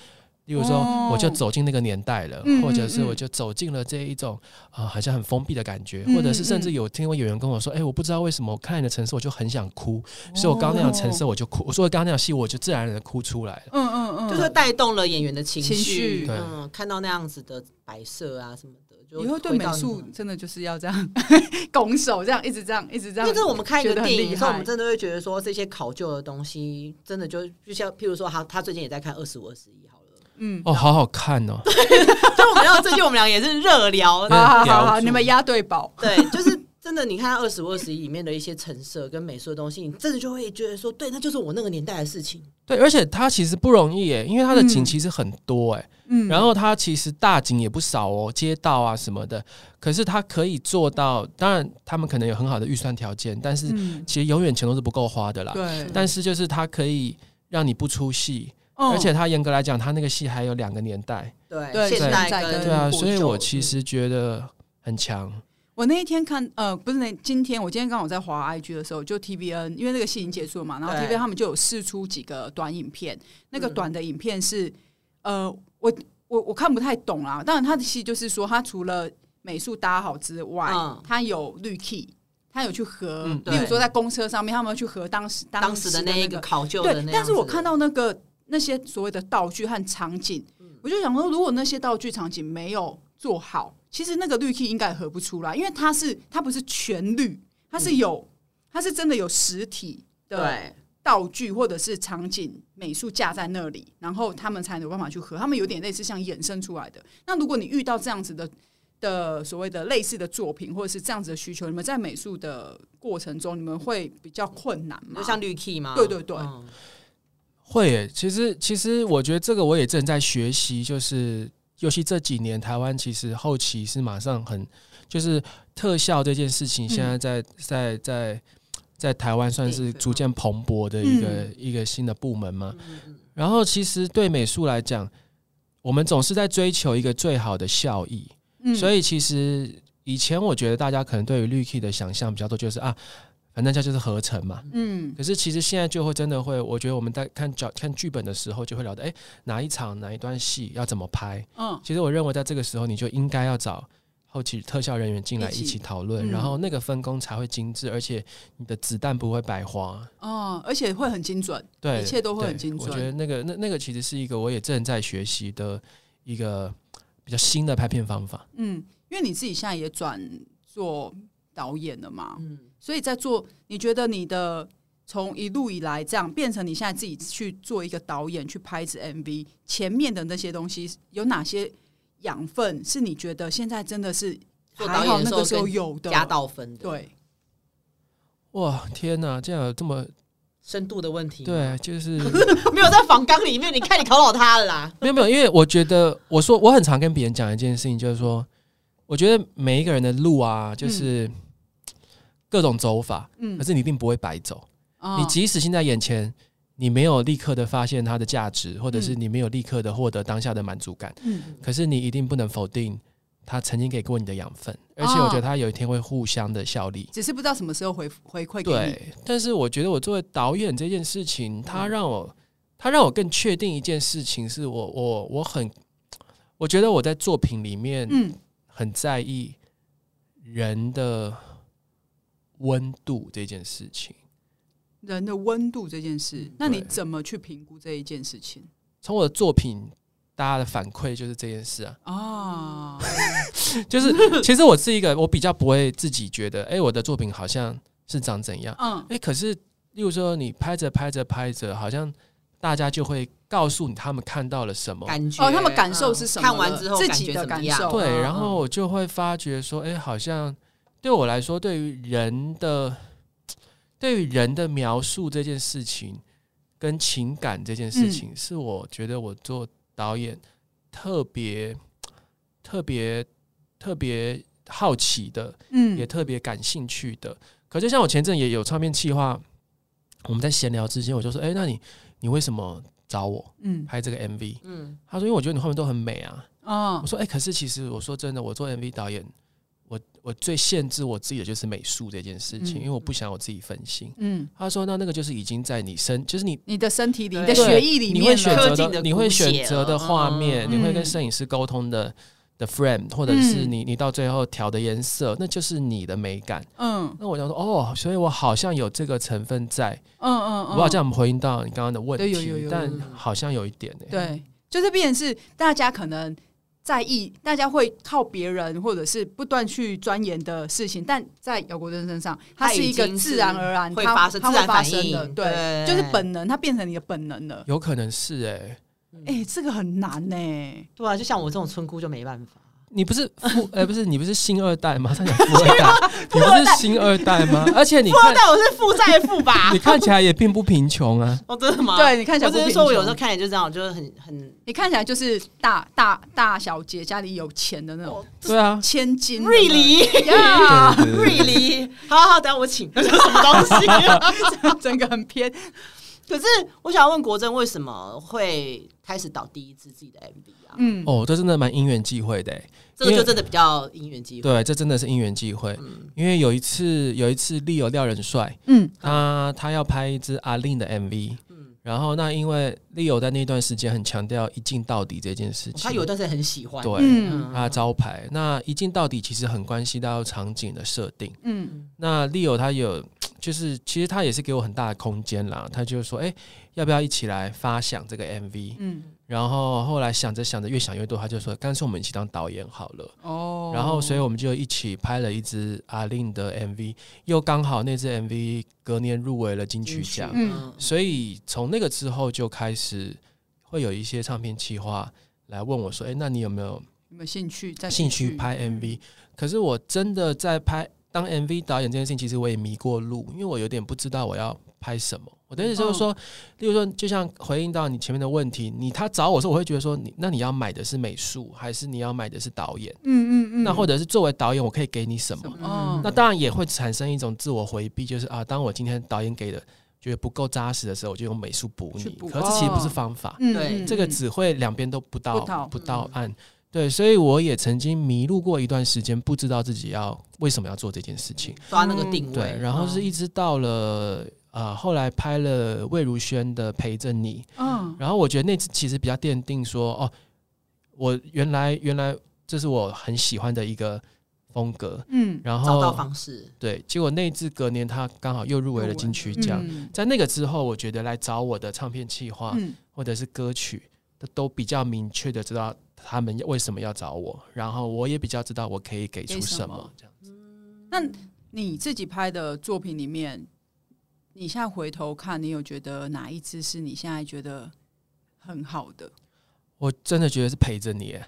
Speaker 3: 例如说，
Speaker 2: 哦
Speaker 3: 我就走进那个年代了，
Speaker 2: 嗯嗯
Speaker 3: 或者是
Speaker 2: 嗯
Speaker 3: 我就走进了这一种啊、好像很封闭的感觉，
Speaker 2: 嗯
Speaker 3: 或者是甚
Speaker 2: 嗯
Speaker 3: 至有听过演员跟我说：“哎、我不知道为什么我看你的城市，我就很想哭，
Speaker 2: 哦
Speaker 3: 所以我刚刚那样的城市我就哭，我说我刚刚那样的戏我就自然而然的哭出来了。”
Speaker 2: 嗯嗯嗯，
Speaker 1: 就是带动了演员的情
Speaker 2: 情绪
Speaker 3: 对
Speaker 1: 嗯，看到那样子的摆设啊什么的，就
Speaker 2: 以后对
Speaker 1: 回
Speaker 2: 美
Speaker 1: 到
Speaker 2: 术
Speaker 1: 你们
Speaker 2: 真的就是要这样 拱手，这样一直这样，一直这
Speaker 1: 因
Speaker 2: 样。
Speaker 1: 为这我们看一个
Speaker 2: 觉得很
Speaker 1: 电影
Speaker 2: 厉
Speaker 1: 的时候，我
Speaker 2: 害
Speaker 1: 们真的会觉得说这些考究的东西，真的就就像譬如说，他他最近也在看《二十五二十一》好了，
Speaker 2: 嗯，
Speaker 3: 哦，好好看 哦，
Speaker 4: 所以我们要最近我们俩也是热聊
Speaker 3: 对
Speaker 2: 好好好
Speaker 3: 了
Speaker 2: 好，
Speaker 3: 解
Speaker 2: 你们押对宝。
Speaker 1: 对，就是真的，你看二十五、二十一里面的一些陈设跟美术的东西，你真的就会觉得说，对，那就是我那个年代的事情。
Speaker 3: 对，而且它其实不容易耶，因为它的景
Speaker 2: 嗯
Speaker 3: 其实很多哎，
Speaker 2: 嗯，
Speaker 3: 然后它其实大景也不少哦，街道啊什么的，可是它可以做到，当然他们可能有很好的预算条件，但是
Speaker 2: 嗯，
Speaker 3: 其实永远钱都是不够花的啦。
Speaker 2: 对，
Speaker 3: 但是就是它可以让你不出戏，
Speaker 2: 嗯
Speaker 3: 而且它严格来讲，它那个戏还有两个年代，
Speaker 1: 对，
Speaker 2: 对
Speaker 1: 现代
Speaker 2: 现代
Speaker 1: 跟
Speaker 2: 跟
Speaker 3: 对啊，
Speaker 1: 古
Speaker 3: 所以
Speaker 1: 旧
Speaker 3: 我
Speaker 2: 嗯
Speaker 3: 其实觉得很强。
Speaker 2: 我那一天看，呃，不是那今天，我今天刚好在滑 IG 的时候，就 TVN，因为那个戏已经结束了嘛，然后
Speaker 1: 对
Speaker 2: TVN 他们就有试出几个短影片，那个
Speaker 1: 嗯
Speaker 2: 短的影片是，呃，我我我看不太懂啦，当然他的戏就是说，他除了美术搭好之外
Speaker 1: 嗯，
Speaker 2: 他有绿 key，他有去和，
Speaker 3: 嗯
Speaker 2: 例如
Speaker 1: 对
Speaker 2: 说在公车上面，他们去和当时
Speaker 1: 当时
Speaker 2: 时
Speaker 1: 的
Speaker 2: 的
Speaker 1: 那一个
Speaker 2: 个
Speaker 1: 考究的那样，子，
Speaker 2: 对但是我看到那个那些所谓的道具和场景，
Speaker 1: 嗯
Speaker 2: 我就想说，如果那些道具场景没有做好，其实那个绿 key 应该也合不出来，因为它是它不是全绿，它是有、它是真的有实体的
Speaker 1: 嗯对
Speaker 2: 道具或者是场景美术架在那里，然后他们才有办法去合。他们有点类似像衍生出来的。那如果你遇到这样子的。的所谓的类似的作品，或者是这样子的需求，你们在美术的过程中，你们会比较困难吗？
Speaker 1: 就像绿 key 嘛，
Speaker 2: 对对对
Speaker 1: 嗯
Speaker 3: 会耶，其实其实我觉得这个我也正在学习，就是尤其这几年台湾其实后期是马上很就是特效这件事情，
Speaker 2: 嗯
Speaker 3: 现在在、在在在台湾算是逐渐蓬勃的一个、
Speaker 2: 嗯
Speaker 3: 一个新的部门嘛。然后其实对美术来讲，我们总是在追求一个最好的效益，
Speaker 2: 嗯
Speaker 3: 所以其实以前我觉得大家可能对于绿 key 的想象比较多，就是啊，反正它就是合成嘛。
Speaker 2: 嗯，
Speaker 3: 可是其实现在就会真的会，我觉得我们在看脚看剧本的时候，就会聊到，哎、哪一场哪一段戏要怎么拍。
Speaker 2: 嗯
Speaker 3: 其实我认为在这个时候，你就应该要找后期特效人员进来
Speaker 2: 一
Speaker 3: 一
Speaker 2: 起
Speaker 3: 起讨论，
Speaker 2: 嗯
Speaker 3: 然后那个分工才会精致，而且你的子弹不会白花。
Speaker 2: 哦，而且会很精准。
Speaker 3: 对，
Speaker 2: 一切都会很
Speaker 3: 对
Speaker 2: 精准
Speaker 3: 我觉得那个那那个其实是一个我也正在学习的一个比较新的拍片方法。
Speaker 2: 嗯，因为你自己现在也转做导演了嘛，
Speaker 1: 嗯，
Speaker 2: 所以在做，你觉得你的从一路以来这样变成你现在自己去做一个导演去拍一支 MV，前面的那些东西有哪些养分是你觉得现在真的是
Speaker 1: 做
Speaker 2: 还
Speaker 1: 导
Speaker 2: 好
Speaker 1: 演
Speaker 2: 那
Speaker 1: 的
Speaker 2: 个
Speaker 1: 时
Speaker 2: 时
Speaker 1: 候
Speaker 2: 候
Speaker 1: 跟
Speaker 2: 有的
Speaker 1: 加到分的，
Speaker 2: 对，
Speaker 3: 哇，天哪，这样有这么
Speaker 1: 深度的问
Speaker 2: 啊
Speaker 1: 题，，
Speaker 3: 对，就是。
Speaker 1: 没有在房纲里面，你看你考倒他了啦，
Speaker 3: 没有没有，因为我觉得，我说我很常跟别人讲一件事情，就是说，我觉得每一个人的路啊，就是各种走法，
Speaker 2: 嗯
Speaker 3: 可，是你一定不会白走。
Speaker 2: 哦
Speaker 3: 你即使现在眼前，你没有立刻的发现它的价值，或者是你没有立刻的获得当下的满足感，
Speaker 2: 嗯
Speaker 3: 可是你一定不能否定它曾经给过你的养分，而且
Speaker 2: 哦
Speaker 3: 我觉得它有一天会互相的效力。
Speaker 2: 只是不知道什么时候回回馈给你。
Speaker 3: 对，但是我觉得我作为导演这件事情，它让我，它让我更确定一件事情，是我我我很，我觉得我在作品里面
Speaker 2: 嗯
Speaker 3: 很在意人的温度这件事情。
Speaker 2: 人的温度这件事
Speaker 1: 嗯，
Speaker 2: 那你
Speaker 3: 对
Speaker 2: 怎么去评估这一件事情
Speaker 3: 从我的作品，大家的反馈就是这件事啊，
Speaker 2: 啊？
Speaker 3: 就是其实我是一个，我比较不会自己觉得，哎、我的作品好像是长怎样，
Speaker 2: 嗯
Speaker 3: 哎、可是，例如说你拍着拍着拍着，好像大家就会告诉你他们看到了什么。
Speaker 1: 感觉
Speaker 2: 哦他们感受是什么
Speaker 1: 看完之后
Speaker 2: 自
Speaker 1: 感
Speaker 2: 己
Speaker 1: 觉
Speaker 2: 的
Speaker 1: 怎么
Speaker 2: 感
Speaker 1: 样
Speaker 2: 受
Speaker 3: 对，
Speaker 2: 嗯
Speaker 3: 然后
Speaker 2: 嗯
Speaker 3: 我就会发觉说，哎、好像对我来说，对于人的对于人的描述这件事情，跟情感这件
Speaker 2: 嗯
Speaker 3: 事情，是我觉得我做导演特别特别特别好奇的，
Speaker 2: 嗯
Speaker 3: 也特别感兴趣的。可就像我前阵也有唱片企划，我们在闲聊之间，我就说，哎、那你你为什么找我
Speaker 2: 嗯
Speaker 3: 拍这个 MV？
Speaker 1: 嗯，
Speaker 3: 他说，因为我觉得你画面都很美啊。
Speaker 2: 啊
Speaker 3: 我说，哎、可是其实我说真的，我做 MV 导演，我我最限制我自己的就是美术这件事情，
Speaker 2: 嗯
Speaker 3: 因为我不想我自己分心。
Speaker 2: 嗯，
Speaker 3: 他说，那那个就是已经在你身，就是你
Speaker 2: 你的身体里、
Speaker 1: 对
Speaker 2: 你的血液里
Speaker 3: 你会
Speaker 2: 面
Speaker 3: 选
Speaker 2: 了，
Speaker 3: 择
Speaker 1: 科技的
Speaker 3: 的，你会
Speaker 1: 骨血
Speaker 3: 选择的
Speaker 1: 了
Speaker 3: 画
Speaker 1: 嗯
Speaker 3: 面，
Speaker 1: 嗯
Speaker 3: 你会跟
Speaker 2: 嗯
Speaker 3: 摄影师沟通的的 frame，或者是
Speaker 2: 嗯
Speaker 3: 你你到最后调的颜色，那就是你的美感。
Speaker 2: 嗯
Speaker 3: 那我想说，哦，所以我好像有这个成分在，
Speaker 2: 嗯嗯嗯，
Speaker 3: 我不知道这样回应到你刚刚的问
Speaker 2: 对有有
Speaker 3: 题，
Speaker 2: 有
Speaker 3: 但
Speaker 1: 有
Speaker 3: 好像有一点欸呢、
Speaker 2: 对，就是变成是大家可能在意，大家会靠别人或者是不断去钻研的事情，但在姚国珍身上，它
Speaker 1: 它
Speaker 2: 是
Speaker 1: 已
Speaker 2: 一个
Speaker 1: 经
Speaker 2: 自
Speaker 1: 是
Speaker 2: 然而然
Speaker 1: 会
Speaker 2: 它
Speaker 1: 发生
Speaker 2: 它
Speaker 1: 自
Speaker 2: 会
Speaker 1: 然
Speaker 2: 发
Speaker 1: 反
Speaker 2: 生
Speaker 1: 应
Speaker 2: 的，
Speaker 1: 对
Speaker 2: 就是本能，它变成你的本能了。
Speaker 3: 有可能是哎、
Speaker 2: 哎、
Speaker 1: 嗯
Speaker 2: 这个很难呢、
Speaker 4: 对啊，就像我这种村姑就没办法。
Speaker 3: 你不是富，呃，不是你不是星二代吗？他 讲富二代，你不是星二代吗？而且你看，
Speaker 4: 但我是负债负吧
Speaker 3: 你？看起来也并不贫穷 啊。
Speaker 4: 哦，真的吗？
Speaker 2: 对，你看起
Speaker 4: 我
Speaker 2: 来不
Speaker 4: 只是
Speaker 2: 贫
Speaker 4: 说我有
Speaker 2: 穷
Speaker 4: 时候看起来就这样，我就是很很
Speaker 2: 你看起来就是大大大小姐家里有钱的那
Speaker 1: 哦
Speaker 2: 种
Speaker 3: 对啊，
Speaker 2: 千金的那
Speaker 4: 瑞
Speaker 2: 种，
Speaker 4: 离
Speaker 2: 呀，
Speaker 3: 对对对
Speaker 4: 瑞离。好啊好好，等下我 请。这是什么东西？
Speaker 2: 整个很偏。
Speaker 4: 可是我想要问国珍，为什么会开始导第一支自己的 MV 啊？
Speaker 2: 嗯，
Speaker 3: 哦，这真的蛮因缘际会的欸、
Speaker 4: 这个
Speaker 3: 因
Speaker 4: 就
Speaker 3: 为
Speaker 4: 真的比较因缘
Speaker 2: 嗯
Speaker 1: 哦
Speaker 4: 机会。
Speaker 3: 对，这真的是因缘际会。因为有一次，有一次利友廖仁帅，
Speaker 2: 嗯，
Speaker 3: 他他要拍一支阿令的 MV，
Speaker 4: 嗯
Speaker 3: 然后那因为利友在那段时间很强调一镜到底这件事情，
Speaker 4: 哦他有一段时间很喜欢，
Speaker 3: 对
Speaker 2: 嗯
Speaker 3: 他的招牌。那一镜到底其实很关系到场景的设定。
Speaker 2: 嗯
Speaker 3: 那 Leo 他有，就是其实他也是给我很大的空间啦。他就说，哎、要不要一起来发想这个 MV？
Speaker 2: 嗯，
Speaker 3: 然后后来想着想着，越想越多，他就说，干脆我们一起当导演好了。
Speaker 2: 哦，
Speaker 3: 然后，所以我们就一起拍了一支阿令的 MV，又刚好那支 MV 隔年入围了金曲奖，
Speaker 4: 嗯，
Speaker 3: 所以从那个之后就开始会有一些唱片企划来问我说，哎、那你有没有
Speaker 2: 有没有兴趣再
Speaker 3: 兴趣
Speaker 2: 继续？
Speaker 3: 拍 MV，可是我真的在拍当 MV 导演这件事情，其实我也迷过路，因为我有点不知道我要拍什么。我的意思就是说，例如说，就像回应到你前面的问题，你他找我的时候，我会觉得说，你那你要买的是美术，还是你要买的是导演？
Speaker 2: 嗯嗯嗯，
Speaker 3: 那或者是作为导演，我可以给你什么？
Speaker 1: 嗯
Speaker 2: 哦，
Speaker 3: 那当然也会产生一种自我回避，就是啊，当我今天导演给的觉得不够扎实的时候，我就用美术补
Speaker 2: 去
Speaker 3: 你。
Speaker 2: 补
Speaker 3: 可是这其实不是
Speaker 2: 哦
Speaker 3: 方法。
Speaker 2: 嗯
Speaker 4: 对
Speaker 2: 嗯
Speaker 3: 这个
Speaker 2: 嗯
Speaker 3: 只会两边都不到
Speaker 2: 不到
Speaker 3: 岸。对，所以我也曾经迷路过一段时间，不知道自己要为什么要做这件事
Speaker 1: 嗯
Speaker 3: 情。
Speaker 4: 抓那个定
Speaker 3: 对
Speaker 4: 位，，
Speaker 3: 然后是一直到了呃，后来拍了魏如萱的《陪着你》，
Speaker 2: 嗯
Speaker 3: 然后我觉得那次其实比较奠定说，哦，我原来原来这是我很喜欢的一个风格。
Speaker 2: 嗯
Speaker 3: 然
Speaker 4: 找到
Speaker 3: 后
Speaker 4: 方 式，
Speaker 3: 对，结果那一次隔年他刚好又入围了金曲奖。
Speaker 2: 嗯
Speaker 3: 在那个之后，我觉得来找我的唱片企划，
Speaker 2: 嗯
Speaker 3: 或者是歌曲，都都比较明确的知道他们为什么要找我，然后我也比较知道我可以给出
Speaker 2: 给
Speaker 3: 什
Speaker 2: 什
Speaker 3: 么
Speaker 2: 么。
Speaker 3: 这样
Speaker 2: 那你自己拍的作品里面，你现在回头看，你有觉得哪一支是你现在觉得很好 的？嗯
Speaker 3: 我真的觉得是陪着你耶，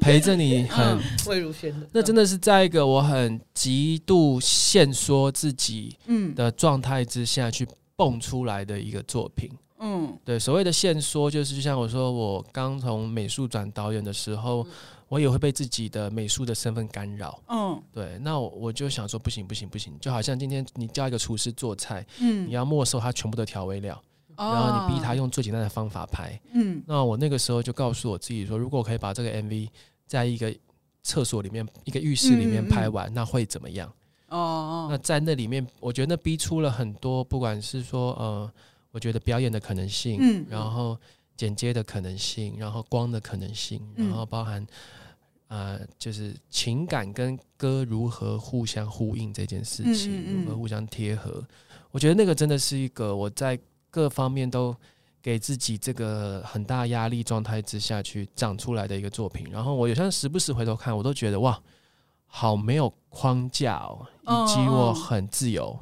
Speaker 3: 陪着你很，
Speaker 1: 魏如萱的
Speaker 3: 那真的是在一个我很极度限缩自己
Speaker 2: 嗯
Speaker 3: 的状态之下去蹦出来的一个作品。
Speaker 2: 嗯
Speaker 3: 对，所谓的限缩，就是就像我说，我刚从美术转导演的时候，我也会被自己的美术的身份干扰。
Speaker 2: 嗯
Speaker 3: 对，那我我就想说，不行不行不行，就好像今天你叫一个厨师做菜，
Speaker 2: 嗯哦
Speaker 3: 你，要没收他全部的调味料，
Speaker 2: 然
Speaker 3: 然后你逼他，用最简单的方法拍。
Speaker 2: 嗯
Speaker 3: 那我那个时候就告诉我自己说，如果我可以把这个 MV 在一个厕所里面、一个浴室里面
Speaker 2: 嗯嗯嗯
Speaker 3: 拍完，那会怎么样？
Speaker 2: 哦
Speaker 3: 那
Speaker 2: 哦，
Speaker 3: 在那里面，我觉得那逼出了很多，不管是说呃，我觉得表演的可能性，
Speaker 2: 嗯
Speaker 3: 然后剪接的可能性，然后光的可能性，
Speaker 2: 嗯
Speaker 3: 然后包含。呃，就是情感跟歌如何互相呼应这件事
Speaker 2: 嗯
Speaker 3: 情，
Speaker 2: 嗯嗯
Speaker 3: 如何互相贴合，我觉得那个真的是一个我在各方面都给自己这个很大压力状态之下去长出来的一个作品。然后我有时候时不时回头看，我都觉得哇，好没有框架哦，
Speaker 2: 哦
Speaker 3: 以及我很自由，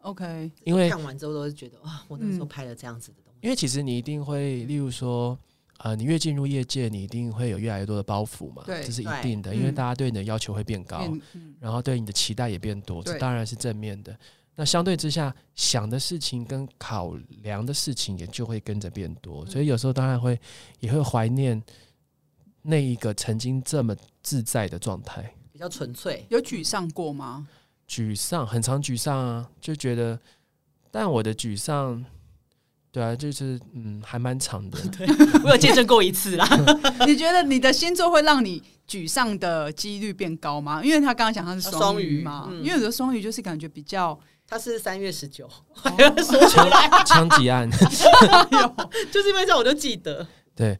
Speaker 2: OK，
Speaker 3: 因为
Speaker 1: 看完之后都会觉得哇，我那
Speaker 2: 嗯
Speaker 1: 时候拍了这样子的东西，
Speaker 3: 因为其实你一定会，例如说，呃，你越进入业界，你一定会有越来越多的包袱嘛，
Speaker 2: 对
Speaker 3: 这是一
Speaker 1: 对
Speaker 3: 定的，因为
Speaker 2: 嗯
Speaker 3: 大家对你的要求会变高，
Speaker 2: 嗯嗯
Speaker 3: 然后对你的期待也变多，这
Speaker 2: 对
Speaker 3: 当然是正面的。那相对之下，想的事情跟考量的事情也就会跟着变多，
Speaker 2: 嗯
Speaker 3: 所以有时候当然会也会怀念那一个曾经这么自在的状态。
Speaker 1: 比较纯 粹。
Speaker 2: 有沮丧过吗？
Speaker 3: 沮丧，很常沮丧啊，就觉得，但我的沮丧，对啊，就是嗯，还蛮长的。
Speaker 4: 我有见证过一次啦。
Speaker 2: 你觉得你的星座会让你沮丧的几率变高吗？因为他刚刚讲他是啊双鱼嘛，
Speaker 1: 双鱼嗯
Speaker 2: 因为有的双鱼就是感觉比较
Speaker 1: 他是三月十 九，
Speaker 3: 枪 枪击案，
Speaker 1: 就是因为这样我就记得，
Speaker 3: 对，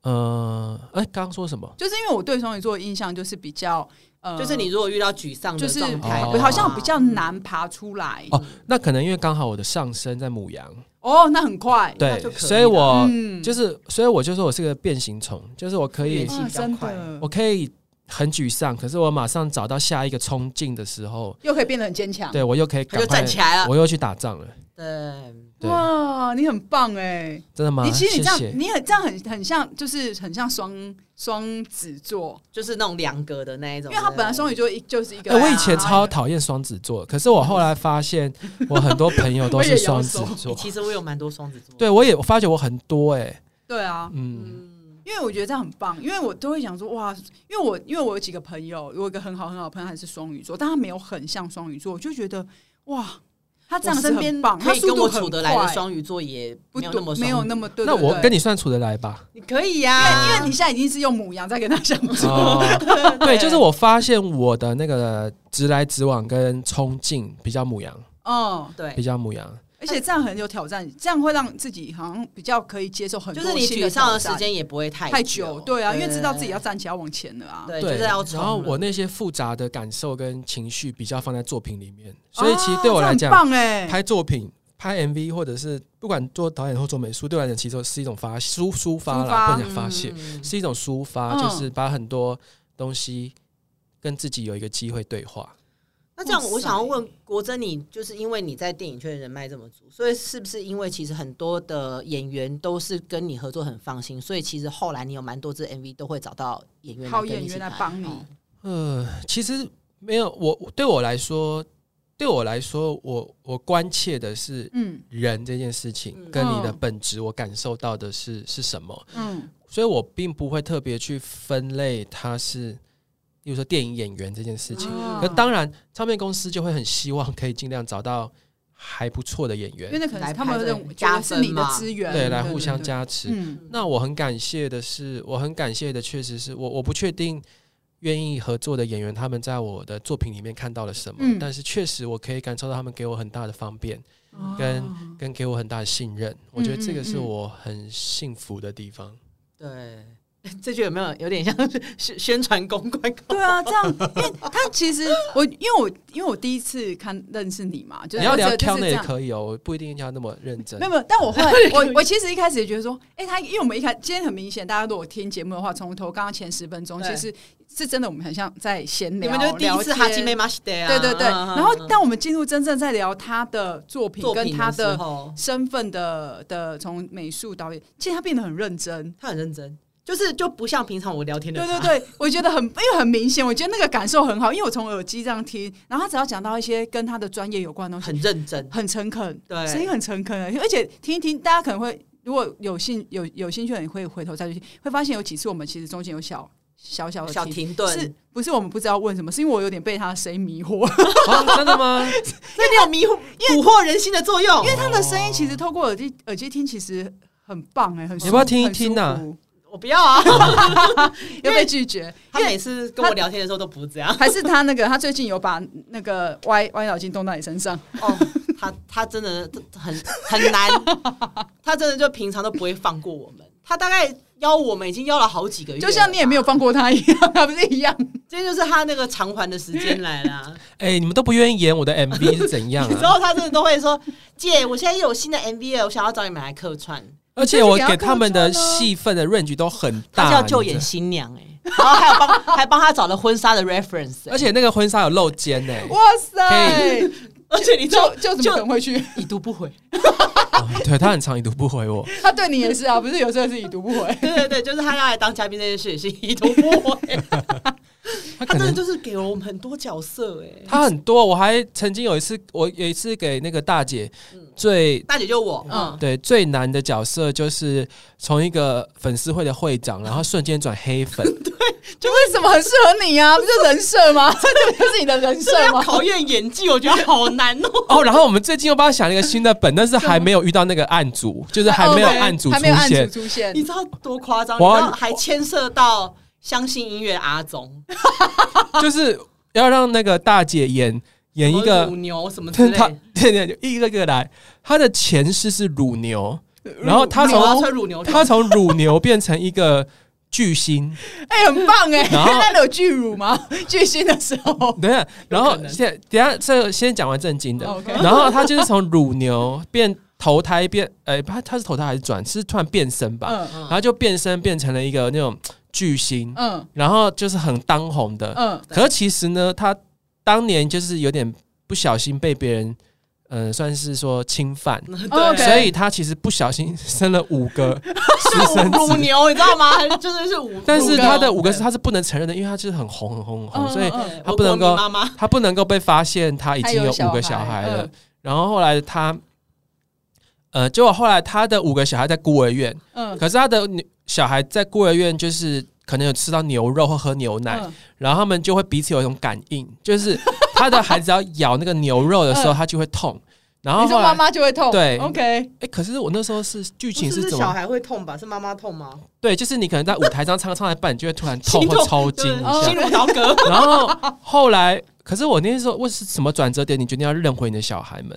Speaker 3: 呃，哎、刚刚说什么？
Speaker 2: 就是因为我对双鱼座的印象就是比较呃，
Speaker 1: 嗯就是你如果遇到沮丧
Speaker 2: 就
Speaker 1: 的
Speaker 2: 是
Speaker 1: 状态的话，
Speaker 3: 哦
Speaker 2: 好像比较难爬出来
Speaker 3: 哦那可能因为刚好我的上身在母羊，
Speaker 2: 哦，那很快
Speaker 3: 对哦
Speaker 1: 就，可以
Speaker 3: 所以我、
Speaker 2: 嗯
Speaker 3: 就是，所以我就说我是个变形虫，就是我可以
Speaker 1: 变，形
Speaker 2: 啊
Speaker 1: 比较
Speaker 2: 真
Speaker 1: 快
Speaker 2: 的
Speaker 3: 我可以很沮丧，可是我马上找到下一个冲劲的时候，
Speaker 2: 又可以变得很坚强。
Speaker 3: 对我又可以
Speaker 1: 他
Speaker 3: 赶
Speaker 1: 就
Speaker 3: 快
Speaker 1: 站起来了。
Speaker 3: 我又去打仗了。
Speaker 1: 对，
Speaker 3: 对，
Speaker 2: 哇，你很棒哎！
Speaker 3: 真的吗？
Speaker 2: 你其实你这样，
Speaker 3: 谢谢
Speaker 2: 你很这样很很像，就是很像双双子座，
Speaker 1: 就是那种两格的那一
Speaker 2: 因
Speaker 1: 种，
Speaker 2: 为他本来双鱼座一就是一个。啊
Speaker 3: 哎、我以前超讨厌双子座，可是我后来 发现，我很多朋友都
Speaker 2: 我也有
Speaker 3: 是双子
Speaker 1: 对不对。
Speaker 3: 座
Speaker 1: 欸。其实我有蛮多双子座，
Speaker 3: 对，我也我发觉我很多哎、
Speaker 2: 对啊，
Speaker 3: 嗯，
Speaker 2: 因为我觉得这样很棒，因为我都会想说哇，因为我因为我有几个朋友，我有一个很好很好的朋友还是双鱼座，但他没有很像双鱼座，我就觉得哇，他这
Speaker 1: 我
Speaker 2: 样子
Speaker 1: 身
Speaker 2: 很
Speaker 1: 边
Speaker 2: 棒，他
Speaker 1: 可以
Speaker 2: 速
Speaker 1: 跟
Speaker 2: 度
Speaker 1: 我
Speaker 2: 很
Speaker 1: 处得来的
Speaker 2: 快
Speaker 1: 双鱼座也
Speaker 2: 不
Speaker 1: 没有那么
Speaker 2: 多没有
Speaker 1: 双啊
Speaker 2: 那么对
Speaker 3: 那我跟
Speaker 2: 你，
Speaker 3: 你算处得来吧？
Speaker 1: 你可以呀，
Speaker 2: 因为你现在已经是用母羊在跟他相处，
Speaker 3: 哦，对，就是我发现我的那个直来直往跟冲劲比较母羊，
Speaker 2: 嗯，
Speaker 3: 比
Speaker 1: 对，
Speaker 3: 较母羊。
Speaker 2: 而且这样很有挑战，这样会让自己好像比较可以接受很多
Speaker 1: 就是你
Speaker 2: 新的
Speaker 1: 沮丧
Speaker 2: 挑
Speaker 1: 的时
Speaker 2: 战
Speaker 1: 间也不会太
Speaker 2: 太久，对啊，因为知道自己
Speaker 1: 对
Speaker 2: 要站起来往前了啊，
Speaker 1: 对，就
Speaker 3: 对，
Speaker 1: 是要
Speaker 3: 然后
Speaker 1: 冲了
Speaker 3: 我那些复杂的感受跟情绪比较放在作品里面，所以其
Speaker 1: 哦
Speaker 3: 实对我
Speaker 2: 啊
Speaker 3: 来
Speaker 2: 这
Speaker 3: 讲，
Speaker 2: 很棒哎，
Speaker 3: 拍作品、拍 MV 或者是不管做导演或做美术，对我来讲其实是一种发抒抒发
Speaker 2: 抒发
Speaker 3: 啦，不能讲发泄，
Speaker 1: 嗯
Speaker 3: 是一种抒发，
Speaker 2: 嗯
Speaker 3: 就是把很多东西跟自己有一个机会对话。
Speaker 1: 那这样，
Speaker 2: 哇
Speaker 1: 我想要
Speaker 2: 塞
Speaker 1: 问国珍你，就是因为你在电影圈人脉这么足，所以是不是因为其实很多的演员都是跟你合作很放心，所以其实后来你有蛮多支 MV 都会找到演员
Speaker 2: 靠
Speaker 1: 跟你
Speaker 2: 演
Speaker 1: 一起
Speaker 2: 员来
Speaker 1: 拍
Speaker 2: 帮你，
Speaker 1: 哦
Speaker 3: 呃，其实没有我我对我来说，对我来说，我我关切的是
Speaker 2: 嗯
Speaker 3: 人这件事情，
Speaker 1: 嗯
Speaker 3: 跟你的
Speaker 2: 嗯
Speaker 3: 本质，我感受到的是是什么。
Speaker 2: 嗯
Speaker 3: 所以我并不会特别去分类它是，例如说电影演员这件事情。
Speaker 2: 啊
Speaker 3: 可当然，唱片公司就会很希望可以尽量找到还不错的演
Speaker 2: 因为
Speaker 3: 员，
Speaker 2: 那可能
Speaker 1: 来
Speaker 2: 是他们
Speaker 1: 排队
Speaker 2: 认为觉
Speaker 1: 加
Speaker 2: 得是
Speaker 1: 分
Speaker 2: 你的
Speaker 1: 嘛
Speaker 2: 资源，
Speaker 3: 对，来互相，加
Speaker 2: 对对
Speaker 3: 持。
Speaker 2: 嗯
Speaker 3: 那我很感谢的是，我很感谢的确实是我我不确定愿意合作的演员他们在我的作品里面看到了什么，
Speaker 2: 嗯
Speaker 3: 但是确实我可以感受到他们给我很大的方便，跟
Speaker 2: 哦
Speaker 3: 跟给我很大的信任。我觉得这个是
Speaker 2: 嗯嗯
Speaker 3: 我很幸福的地方。
Speaker 1: 对， 这句有没有有点像是宣宣传公关公？
Speaker 2: 对啊，这样，因为他其实我因为我因为我第一次看认识你嘛，就是
Speaker 3: 你要聊
Speaker 2: 就是
Speaker 3: 挑那
Speaker 2: 这
Speaker 3: 也
Speaker 2: 样
Speaker 3: 可以哦，我不一定要那么认真
Speaker 2: 没。有，没有但我 后来我我其实一开始也觉得说，哎、他因为我们一开今天很明显，大家如果听节目的话，从头刚刚前十分钟，
Speaker 1: 对
Speaker 2: 其实是真的我们很像在闲
Speaker 1: 你
Speaker 2: 聊，
Speaker 1: 们就是第一次
Speaker 2: 聊天
Speaker 1: 哈基梅马西德啊，
Speaker 2: 对对对。
Speaker 1: 嗯
Speaker 2: 然后，当我们进入真正在聊他的作品
Speaker 1: 作
Speaker 2: 跟
Speaker 1: 品
Speaker 2: 他
Speaker 1: 的时
Speaker 2: 的
Speaker 1: 候，
Speaker 2: 身份的的从美术导演，其实他变得很认真。
Speaker 1: 他很认真，就是就不像平常我聊天的
Speaker 2: 对
Speaker 1: 他，
Speaker 2: 对对，我觉得很，因为很明显，我觉得那个感受很好，因为我从耳机这样听，然后他只要讲到一些跟他的专业有关的东西，
Speaker 1: 很认真，
Speaker 2: 很诚恳，
Speaker 1: 对
Speaker 2: 声音很诚恳，啊而且听一听，大家可能会如果有兴有有兴趣的人会回头再去听，会发现有几次我们其实中间有小小小的
Speaker 1: 小
Speaker 2: 停
Speaker 1: 停顿。
Speaker 2: 是不是我们不知道问什么？是因为我有点被他的声音迷惑，
Speaker 3: 啊，真的吗？
Speaker 1: 那你有迷惑蛊惑人心的作用，
Speaker 2: 因为他的声音其实透过耳机耳机听其实很棒哎、很舒
Speaker 3: 你要不要听一听啊
Speaker 2: 很舒服
Speaker 1: 我不要啊！
Speaker 2: 又被拒绝，
Speaker 1: 他每次跟我聊天的时候都不这样。
Speaker 2: 还是他那个他最近有把那个歪歪脑筋动到你身上，
Speaker 1: 哦，他他真的很很 难，他真的就平常都不会放过我们。他大概邀我们已经邀了好几个月了吧，
Speaker 2: 就像你也没有放过他一样，他不是一样？
Speaker 1: 今天就是他那个偿还的时间来啦。
Speaker 3: 哎、你们都不愿意演我的 MV 是 怎样
Speaker 1: 之
Speaker 3: 啊？
Speaker 1: 后他真的都会说：“姐，我现在又有新的 MV 了，我想要找你们来客串。
Speaker 3: 而且我给他们的戏份的 range 都很”
Speaker 1: 他
Speaker 3: 大，
Speaker 1: 叫救演
Speaker 3: 你知
Speaker 1: 新娘哎、然后还有帮还帮他找了婚纱的 reference，、
Speaker 3: 道而且那个婚纱有露肩呢、
Speaker 2: 哇塞！
Speaker 1: 而且你
Speaker 2: 就就怎么可能会去？
Speaker 1: 已读不回，
Speaker 3: 哦对他很长已读不回我，
Speaker 2: 他对你也是啊，不是有时候是已读不回。
Speaker 1: 对对对，就是他要来当嘉宾这件事也是已读不回，
Speaker 3: 他
Speaker 1: 他
Speaker 3: 可
Speaker 1: 真的
Speaker 3: 能
Speaker 1: 就是给了我们很多角色哎、
Speaker 3: 他很多，我还曾经有一次，我有一次给那个大姐
Speaker 1: 嗯
Speaker 3: 最。
Speaker 1: 大姐就我，
Speaker 2: 嗯
Speaker 1: 嗯，
Speaker 3: 对最难的角色就是从一个粉丝会的会长，然后瞬间转 黑粉，
Speaker 2: 就为什么很适合你啊？不是人设 吗？这不就是你的人设吗？
Speaker 1: 考验演技，我觉得好难哦。
Speaker 3: 哦，然后我们最近又帮他想了一个新的本，但是还没有遇到那个案主， 就是还
Speaker 1: 哦
Speaker 3: 没有案主
Speaker 2: 还
Speaker 3: 出
Speaker 2: 没有案
Speaker 3: 现。
Speaker 2: 主出现
Speaker 1: 你。知道多夸张？你
Speaker 3: 我
Speaker 1: 知道还牵涉到相信音乐的阿宗，
Speaker 3: 就是要让那个大姐演演一
Speaker 1: 乳
Speaker 3: 个，
Speaker 1: 牛什么之
Speaker 3: 她
Speaker 1: 类
Speaker 3: 她
Speaker 1: 的，
Speaker 3: 对对，就一个个来。她的前世是乳牛，然后她
Speaker 1: 牛啊
Speaker 3: 从
Speaker 1: 吹乳牛，
Speaker 3: 她从乳牛变成一个巨星，
Speaker 2: 哎、很棒哎、
Speaker 3: 然后
Speaker 2: 那有巨乳吗？巨星的时 候，哦
Speaker 3: 等一下，然
Speaker 1: 可
Speaker 3: 后
Speaker 1: 能
Speaker 3: 现等一下这先讲完正经的
Speaker 2: OK
Speaker 3: 然后她就是从乳牛变哎投胎变，呃，她她是投胎还是转？是突然变身吧？
Speaker 2: 嗯，
Speaker 3: 然后就变身变成了一个那种巨星，
Speaker 2: 嗯
Speaker 3: 然后就是很当红的。
Speaker 2: 嗯，
Speaker 3: 可是其实呢，他当年就是有点不小心被别人，嗯、算是说侵犯，
Speaker 2: 哦，OK
Speaker 3: 所以他其实不小心 生了五个私生
Speaker 1: 乳
Speaker 3: 子。
Speaker 1: 牛，你知道吗？真的是五，
Speaker 3: 但是他的
Speaker 1: 乳
Speaker 3: 五
Speaker 1: 牛
Speaker 3: 个是他是不能承认的，因为他就是很红很红很
Speaker 2: 嗯
Speaker 3: 红，所以
Speaker 2: 嗯
Speaker 1: 对
Speaker 3: 他不能
Speaker 1: 我国
Speaker 3: 够
Speaker 1: 民妈妈
Speaker 3: 他不能够被发现他已经有五个小孩了。
Speaker 2: 嗯
Speaker 3: 然后后来他，呃，结果后来他的五个小孩在孤儿院，
Speaker 2: 嗯，
Speaker 3: 可是他的女小孩在孤儿院就是可能有吃到牛肉或喝牛奶，
Speaker 2: 嗯
Speaker 3: 然后他们就会彼此有一种感应，就是他的孩子要咬那个牛肉的时候，他就会痛。然后
Speaker 2: 你说
Speaker 3: 后
Speaker 2: 妈
Speaker 3: 来，
Speaker 2: 妈就会痛，
Speaker 3: 对
Speaker 2: ，OK，
Speaker 3: 哎，可是我那时候是剧情
Speaker 1: 不是
Speaker 3: 怎
Speaker 1: 小
Speaker 3: 么？
Speaker 1: 孩会痛吧？是妈妈痛吗？
Speaker 3: 对，就是你可能在舞台上唱唱到一半，你就会突然痛
Speaker 1: 心
Speaker 3: 或
Speaker 1: 痛
Speaker 3: 抽筋
Speaker 1: 对
Speaker 3: 一
Speaker 2: 哦
Speaker 3: 下
Speaker 1: 心。如刀割。
Speaker 3: 然后后来，可是我那时候为是什么转折点？你决定要认回你的小孩们？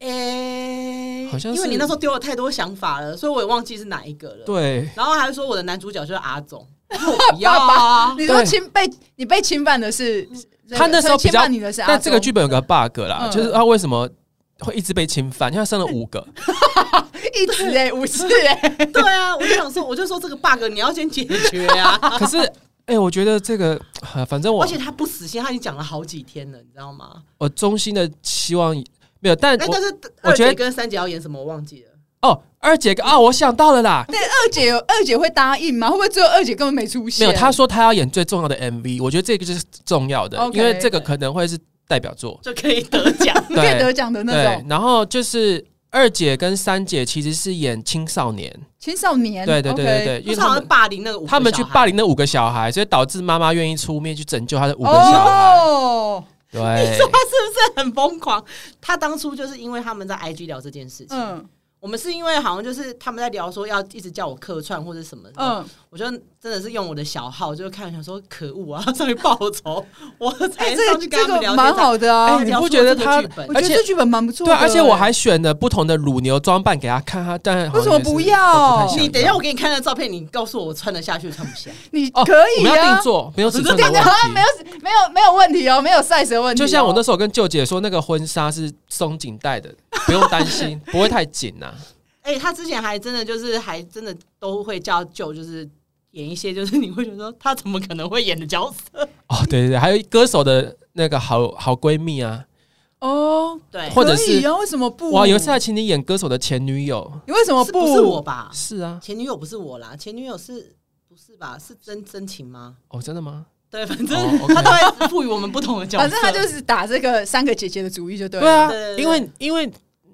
Speaker 1: 哎
Speaker 3: 好像是
Speaker 1: 因为你那时候丢了太多想法了，所以我也忘记是哪一个了。
Speaker 3: 对，
Speaker 1: 然后还说我的男主角就是阿 总，我不要啊！
Speaker 2: 你说
Speaker 3: 对
Speaker 2: 侵被你被侵犯的是
Speaker 3: 他那时候比
Speaker 2: 侵
Speaker 3: 较
Speaker 2: 犯你的是阿
Speaker 3: 但这个
Speaker 2: 忠
Speaker 3: 剧本有个 bug 啦，
Speaker 2: 嗯
Speaker 3: 就是他为什么会一直被侵犯？因为他生了 五个，
Speaker 2: 一直哎、五次哎、
Speaker 1: 对啊，我就想说，我就说这个 bug 你要先解决啊！
Speaker 3: 可是哎、我觉得这个，呃反正 我
Speaker 1: 而且他不死心，他已经讲了好几天了，你知道吗？
Speaker 3: 我衷心的希望没有，但
Speaker 1: 哎，
Speaker 3: 我
Speaker 1: 但是
Speaker 3: 我
Speaker 1: 二
Speaker 3: 觉得
Speaker 1: 姐跟三姐要演什么，我忘记了。
Speaker 3: 哦，二姐啊、哦，我想到了啦，
Speaker 2: 但二姐有二姐会答应吗？会不会只有二姐根本没出
Speaker 3: 没
Speaker 2: 现？
Speaker 3: 有，她说她要演最重要的 MV，我觉得这个就是重要的
Speaker 2: OK
Speaker 3: 因为这个可能会是代表作，。
Speaker 1: 就可以得奖
Speaker 3: 对
Speaker 2: 可以得奖的那
Speaker 3: 对
Speaker 2: 种。
Speaker 3: 然后就是二姐跟三姐其实是演青少年，
Speaker 2: 青少年，
Speaker 3: 对对对对
Speaker 2: OK
Speaker 3: 对，
Speaker 1: 嗯
Speaker 3: 因
Speaker 1: 不
Speaker 3: 为
Speaker 1: 是
Speaker 3: 他
Speaker 1: 好像
Speaker 3: 们
Speaker 1: 霸凌那个五个
Speaker 3: 他们去
Speaker 1: 小孩
Speaker 3: 霸凌那五个小孩，所以导致妈妈愿意出面去拯救她的五个小孩。
Speaker 2: 哦，
Speaker 3: 对，
Speaker 1: 他是不是很疯狂？他当初就是因为他们在 IG 聊这件事情，
Speaker 2: 嗯
Speaker 1: 我们是因为好像就是他们在聊说要一直叫我客串或者什么，嗯，
Speaker 2: 嗯，
Speaker 1: 我就真的是用我的小号，就看想说可恶啊，上去报仇，我
Speaker 2: 哎、
Speaker 1: 才
Speaker 2: 这
Speaker 1: 上去
Speaker 2: 个
Speaker 1: 跟
Speaker 2: 这
Speaker 1: 他们聊天
Speaker 2: 个蛮，好的啊，
Speaker 3: 哎
Speaker 1: 才
Speaker 3: 你
Speaker 1: 聊
Speaker 3: 不
Speaker 1: 出
Speaker 3: 觉得
Speaker 1: 这个
Speaker 3: 他
Speaker 1: 剧本
Speaker 2: 我觉得
Speaker 3: 而且
Speaker 2: 这剧本蛮不错
Speaker 3: 对，啊
Speaker 2: 的、
Speaker 3: 而且我还哦选了不同的乳牛装扮给她看，她但好像
Speaker 2: 为什么
Speaker 3: 也是
Speaker 2: 不要
Speaker 3: 都不太想
Speaker 1: 你等一下，我给你看那照片，你告诉我我穿得下去穿不下。
Speaker 2: 你
Speaker 3: 哦，
Speaker 2: 可以
Speaker 3: 我们要
Speaker 2: 啊
Speaker 3: 定，做，没有尺寸的
Speaker 2: 对
Speaker 3: 问
Speaker 2: 对，
Speaker 3: 题
Speaker 2: 好。像啊 没有没有没有问题哦，没有 size 的问题哦、
Speaker 3: 就像我那时候跟舅姐说，那个婚纱是松紧带的，不用担心，不会太紧啊呐、
Speaker 1: 哎、他之前还真的就是还真的都会叫舅，就是演一些就是你会觉得说他怎么可能会演的角色？
Speaker 3: 哦，对对对，还有歌手的那个好好闺蜜啊，
Speaker 2: 哦，
Speaker 1: 对，
Speaker 3: 或者
Speaker 2: 可
Speaker 3: 是
Speaker 2: 以啊，为什么不？
Speaker 3: 哇，有一次还请你演歌手的前女友，
Speaker 2: 你为什么
Speaker 1: 是不是我吧？
Speaker 3: 是啊，
Speaker 1: 前女友不是我啦，前女友是不是吧？是真真情吗？
Speaker 3: 哦，真的吗？
Speaker 1: 对，反正
Speaker 3: 哦，OK
Speaker 1: 他都会赋予我们不同的角色。
Speaker 2: 反正他就是打这个三个姐姐的主意就对
Speaker 3: 对
Speaker 2: 了。
Speaker 3: 啊
Speaker 1: 对对，对
Speaker 3: 因为因为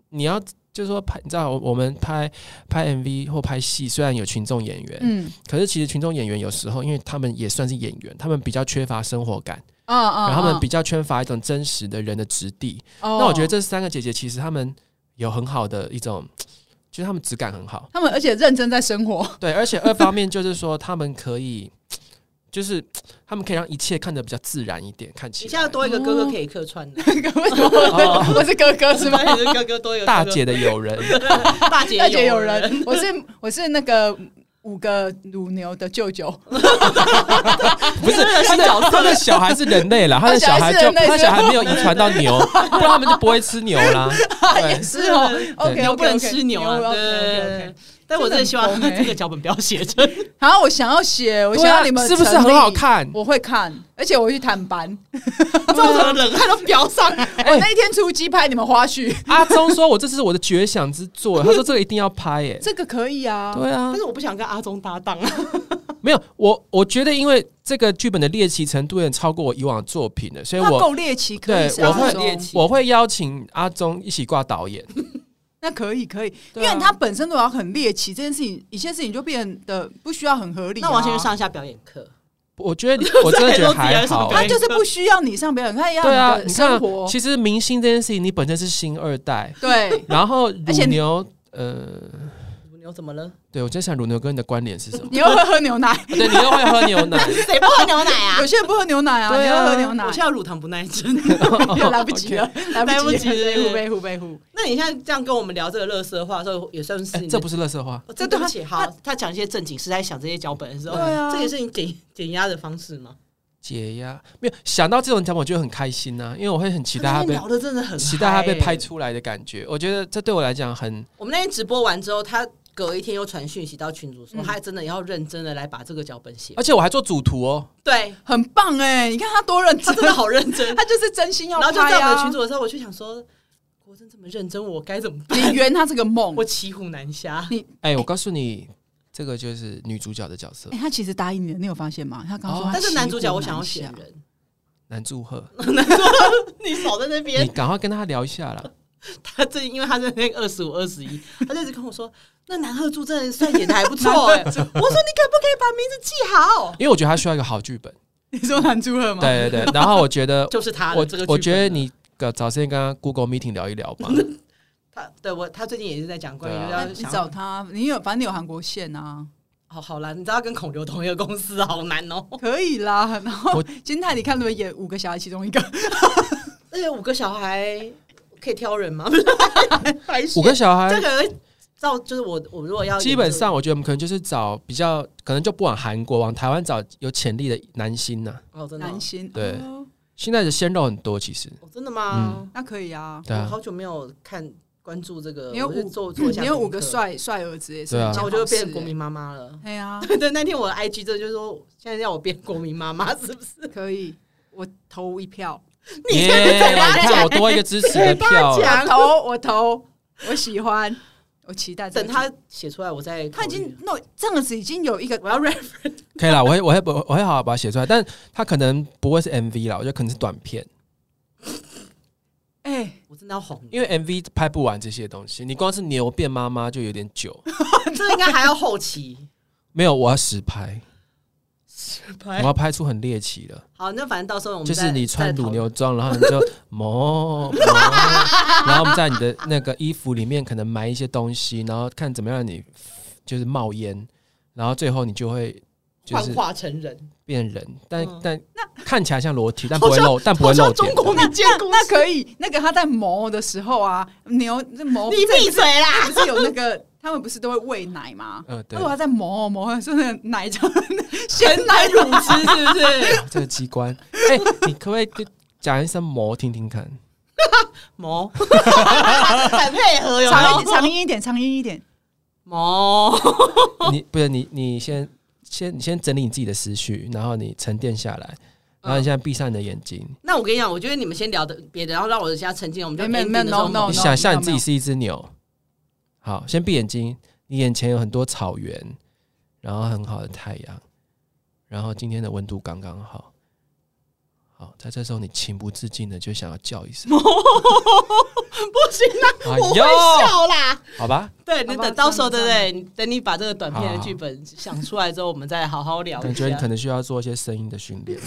Speaker 3: 你要就是说拍，你知道我我们拍拍 MV 或拍戏，虽然有群众演员，
Speaker 2: 嗯
Speaker 3: 可是其实群众演员有时候，因为他们也算是演员，他们比较缺乏生活感，
Speaker 2: 啊
Speaker 1: 嗯
Speaker 2: 啊，
Speaker 3: 然后他
Speaker 2: 啊
Speaker 3: 们比较缺乏一种真实的人的质地，
Speaker 2: 哦
Speaker 3: 那我觉得这三个姐姐其实她们有很好的一种，就是她们质感很好。
Speaker 2: 他们而且认真在生活，
Speaker 3: 对，而且二方面就是说，她们可以，就是她们可以让一切看得比较自然一点，看起
Speaker 1: 你
Speaker 3: 来。
Speaker 1: 现在多一个哥哥可以客串的，
Speaker 2: 为什么我是哥哥是吗？
Speaker 1: 吧？你是哥哥多一个哥哥
Speaker 3: 大，姐的友人，
Speaker 1: 大姐
Speaker 2: 大姐
Speaker 1: 有
Speaker 2: 有人，我是我是那个五个乳牛的舅舅，
Speaker 3: 不是她的她的小孩是人类啦，她的小孩
Speaker 2: 小孩是
Speaker 3: 就
Speaker 2: 人类
Speaker 3: 她
Speaker 2: 是吧
Speaker 3: 小孩没有遗传到牛，不然他们就不会吃牛啦。对，
Speaker 2: 是哦
Speaker 1: 对
Speaker 2: ，OK，
Speaker 1: 牛不能吃牛啊，对对对对
Speaker 2: OK，OK，OK
Speaker 1: 对。但我真的希望
Speaker 2: 真的很疯欸
Speaker 1: 这个脚本不要写真。
Speaker 2: 然后我想要写， 我
Speaker 3: 对
Speaker 2: 想
Speaker 3: 啊
Speaker 2: 要你们
Speaker 3: 是不是
Speaker 2: 成立
Speaker 3: 很好看
Speaker 2: 我会看，而且我会去探班。
Speaker 1: 造成冷汗都飙上来。
Speaker 2: 我那一天出击拍你们花絮，
Speaker 3: 阿忠说：“我这是我的绝响之作。”他说：“这个一定要 拍。”耶。
Speaker 2: 这个可以啊。
Speaker 3: 对啊
Speaker 1: 但，是我不想跟阿忠搭档啊，
Speaker 3: 没有我，我觉得因为这个剧本的猎奇程度有点超过我以往的作品了，所以
Speaker 2: 它
Speaker 3: 我
Speaker 2: 够猎奇，可以
Speaker 3: 对
Speaker 2: 是
Speaker 3: 我
Speaker 2: 阿
Speaker 3: 会
Speaker 2: 忠
Speaker 1: 猎奇
Speaker 3: 我会邀请阿忠一起挂导演，
Speaker 2: 那可以可以，因
Speaker 3: 对
Speaker 2: 为
Speaker 3: 啊
Speaker 2: 它本身都要很猎奇，这件事情一些事情就变得不需要很合理、啊。
Speaker 1: 那我要先去上一下表演课。
Speaker 3: 我觉得 你我真的觉得还好。
Speaker 1: 对
Speaker 2: 他就是不需要你上表演，他要
Speaker 3: 对啊，
Speaker 2: 你的
Speaker 3: 你看
Speaker 2: 生，活
Speaker 3: 其实明星这件事情，你本身是星二代，
Speaker 2: 对。
Speaker 3: 然后
Speaker 2: 而且
Speaker 3: 乳
Speaker 2: 你
Speaker 3: 牛，呃，
Speaker 1: 乳牛怎么了？
Speaker 3: 对我在想乳牛跟你的关联是什
Speaker 2: ？
Speaker 3: 么
Speaker 2: 你又会喝牛 奶，
Speaker 3: 对，你又会喝牛奶，
Speaker 1: 谁不喝牛奶啊
Speaker 2: 有？些人不喝牛奶啊，
Speaker 3: 对
Speaker 2: 你
Speaker 3: 啊
Speaker 2: 要喝牛奶
Speaker 1: 我，现在乳糖不耐症。
Speaker 2: 来不及了，来
Speaker 1: 来
Speaker 2: 不
Speaker 1: 不
Speaker 2: 及
Speaker 1: 及
Speaker 2: 了，
Speaker 1: 了
Speaker 2: 背呼背呼，
Speaker 1: 那你现在这样跟我们聊这个乐色话的时候，也算是
Speaker 3: 哎
Speaker 1: 你的
Speaker 3: 这不是乐色话。
Speaker 1: 哦这对不起，好，他讲一些正经是在想这些脚本的时候，
Speaker 2: 对啊
Speaker 1: 这也是你减减压的方式吗？
Speaker 3: 解压，没有想到这种讲，我觉得很开心呐、因为我会很期待
Speaker 1: 他
Speaker 3: 他
Speaker 1: 们
Speaker 3: 被
Speaker 1: 聊的真的很嗨
Speaker 3: 期待他被拍
Speaker 1: 欸。
Speaker 3: 出来的感觉。我觉得这对我来讲很
Speaker 1: 我们那天直播完之后，他隔一天又传讯息到群主
Speaker 2: 嗯
Speaker 1: 说，他真的要认真的来把这个脚本写。
Speaker 3: 而且我还做主图哦，
Speaker 1: 对
Speaker 2: 很棒哎、你看他多认
Speaker 1: 他
Speaker 2: 真，
Speaker 1: 真的好认真，
Speaker 2: 他就是真心 要
Speaker 1: 然后就
Speaker 2: 拍
Speaker 1: 在我们的
Speaker 2: 啊
Speaker 1: 群。组的时候，我就想说，国珍这么认真，我该怎么办？
Speaker 2: 你圆他这个梦
Speaker 1: 我，骑虎难下。
Speaker 3: 哎、我告诉你，这个就是女主角的角色
Speaker 2: 哎、，他其实答应你了，你有发现吗？他刚说
Speaker 3: 哦
Speaker 2: 他
Speaker 1: 但是男主角我
Speaker 2: 骑
Speaker 1: 想
Speaker 2: 虎
Speaker 1: 要
Speaker 2: 难
Speaker 1: 选
Speaker 2: 下
Speaker 1: 人，
Speaker 3: 男祝贺，
Speaker 1: 你少在那
Speaker 3: 你
Speaker 1: 边。
Speaker 3: 赶快跟他聊一下啦。
Speaker 1: 他最近因为他在那边二十五、二十 一，他就一直跟我说，那男贺柱真的算演的还不错 哎、我说你可不可以把名字记好？
Speaker 3: 因为我觉得他需要一个好剧本。
Speaker 2: 你说男主角吗？
Speaker 3: 对对对，然后我觉得
Speaker 1: 就是他的
Speaker 3: 我
Speaker 1: 这个剧本
Speaker 3: 我觉得你搞找时间跟他 Google Meeting 聊一聊吧。
Speaker 1: 他对我，他最近也是在讲关于
Speaker 3: 对啊
Speaker 1: 就
Speaker 2: 那
Speaker 1: 要
Speaker 2: 呃你
Speaker 1: 想
Speaker 2: 找他，你有反正你有韩国线啊，
Speaker 1: 哦，好啦，你知道跟孔刘同一个公司，好难哦。
Speaker 2: 可以啦。然后
Speaker 3: 我
Speaker 2: 金泰，你看对不对？演五个小孩其中一个，
Speaker 1: 而且五个小孩可以挑人 吗？白
Speaker 3: 五个小孩
Speaker 1: 这，个会照就是我我如果要
Speaker 3: 基本上我觉得我们可能就是找比较，可能就不往韩国，往台湾找有潜力的男星呐、
Speaker 1: 哦，真的哦
Speaker 2: 男星
Speaker 3: 对
Speaker 2: 哦
Speaker 3: 现在的鲜肉很多，其实
Speaker 1: 哦真的吗？
Speaker 2: 那可以啊。
Speaker 3: 嗯对
Speaker 1: 我
Speaker 3: 啊
Speaker 1: 好，久没有看关注这个，
Speaker 2: 你有
Speaker 1: 我就
Speaker 2: 五
Speaker 1: 做做一下，
Speaker 2: 嗯你有五个，帅帅儿子也是，
Speaker 3: 对啊
Speaker 1: 然后我就变成国民
Speaker 2: 哎。
Speaker 1: 妈妈了。
Speaker 2: 对啊，
Speaker 1: 对，那天我的 IG 这就是说，现在要我变国民妈妈，是不 是？
Speaker 2: 可以，我投一 票，
Speaker 3: 耶！你看我多一个支持 的票啊
Speaker 1: 嘴巴讲
Speaker 2: 我
Speaker 3: 了，
Speaker 2: 投，我投，我喜欢，我期待这
Speaker 1: 等
Speaker 2: 个剧。
Speaker 1: 他写出来，我再
Speaker 2: 他已
Speaker 1: 考
Speaker 2: 经
Speaker 1: 虑
Speaker 2: 那这样子已经有一个
Speaker 1: 我要 rap
Speaker 3: 可以啦，我会我会我会好好把它写出来，但他可能不会是 MV 啦，我觉得可能是短片，
Speaker 2: 哎，
Speaker 1: 我真的要红，
Speaker 3: 因为 MV 拍不完这些东西，你光是牛变妈妈就有点久，
Speaker 1: 这应该还要后期。
Speaker 3: 没有，我要实拍，我
Speaker 1: 拍
Speaker 3: 要拍出很猎奇的。
Speaker 1: 好，那反正到时候我们
Speaker 3: 就是
Speaker 1: 再
Speaker 3: 你穿乳，
Speaker 1: 再讨
Speaker 3: 牛装，然后你就 磨，磨然后我们在你的那个衣服里面可能埋一些东西，然后看怎么样让你就是冒烟，然后最后你就会就
Speaker 1: 论
Speaker 3: 是
Speaker 1: 幻化成人，
Speaker 3: 变人，但、
Speaker 1: 嗯
Speaker 3: 但看起来像裸体，但不会露，但不会
Speaker 1: 好像
Speaker 3: 露点
Speaker 1: 中。国
Speaker 2: 那
Speaker 1: 民间
Speaker 2: 那
Speaker 1: 故
Speaker 2: 那
Speaker 1: 事。
Speaker 2: 可以，那个他在磨的时候啊，牛这磨
Speaker 1: 你闭嘴啦！
Speaker 2: 不是有那个他们不是都会喂奶吗？
Speaker 3: 嗯，
Speaker 2: 他
Speaker 3: 对
Speaker 2: 说，他在磨磨， 说那个奶就咸奶乳 汁是不是？
Speaker 3: 这个机关，哎、你可不可以就讲一声磨听听看？
Speaker 1: 毛， 很配合有没
Speaker 2: 长一
Speaker 1: 有？
Speaker 2: 长音一点，长音一点。
Speaker 1: 毛，
Speaker 3: 哦你不是你，你先先你先整理你自己的思绪，然后你沉淀下来，然后你现在闭上你的眼睛，
Speaker 1: 那我跟你讲，我觉得你们先聊的别的，然后让我一下沉浸，我们就
Speaker 2: 没
Speaker 1: ending
Speaker 2: 没
Speaker 1: 的时候
Speaker 2: no，no，
Speaker 1: 猛
Speaker 3: 你想象你自己是一只牛，好，先闭眼睛，你眼前有很多草原，然后很好的太阳，然后今天的温度刚刚好，好，在这时候你情不自禁的就想要叫一声，
Speaker 1: 不行啦，
Speaker 3: 哎
Speaker 1: 我会笑啦。
Speaker 3: 好吧，
Speaker 1: 对
Speaker 2: 好
Speaker 1: 你
Speaker 2: 吧
Speaker 1: 等到时候，
Speaker 2: 这
Speaker 1: 对
Speaker 2: 样
Speaker 1: 不对？你等你把这个短片的
Speaker 3: 好
Speaker 1: 剧本想出来之后，我们再好好聊
Speaker 3: 感
Speaker 1: 一
Speaker 3: 觉你
Speaker 1: 下
Speaker 3: 可。能需要做一些声音的训练，
Speaker 2: 不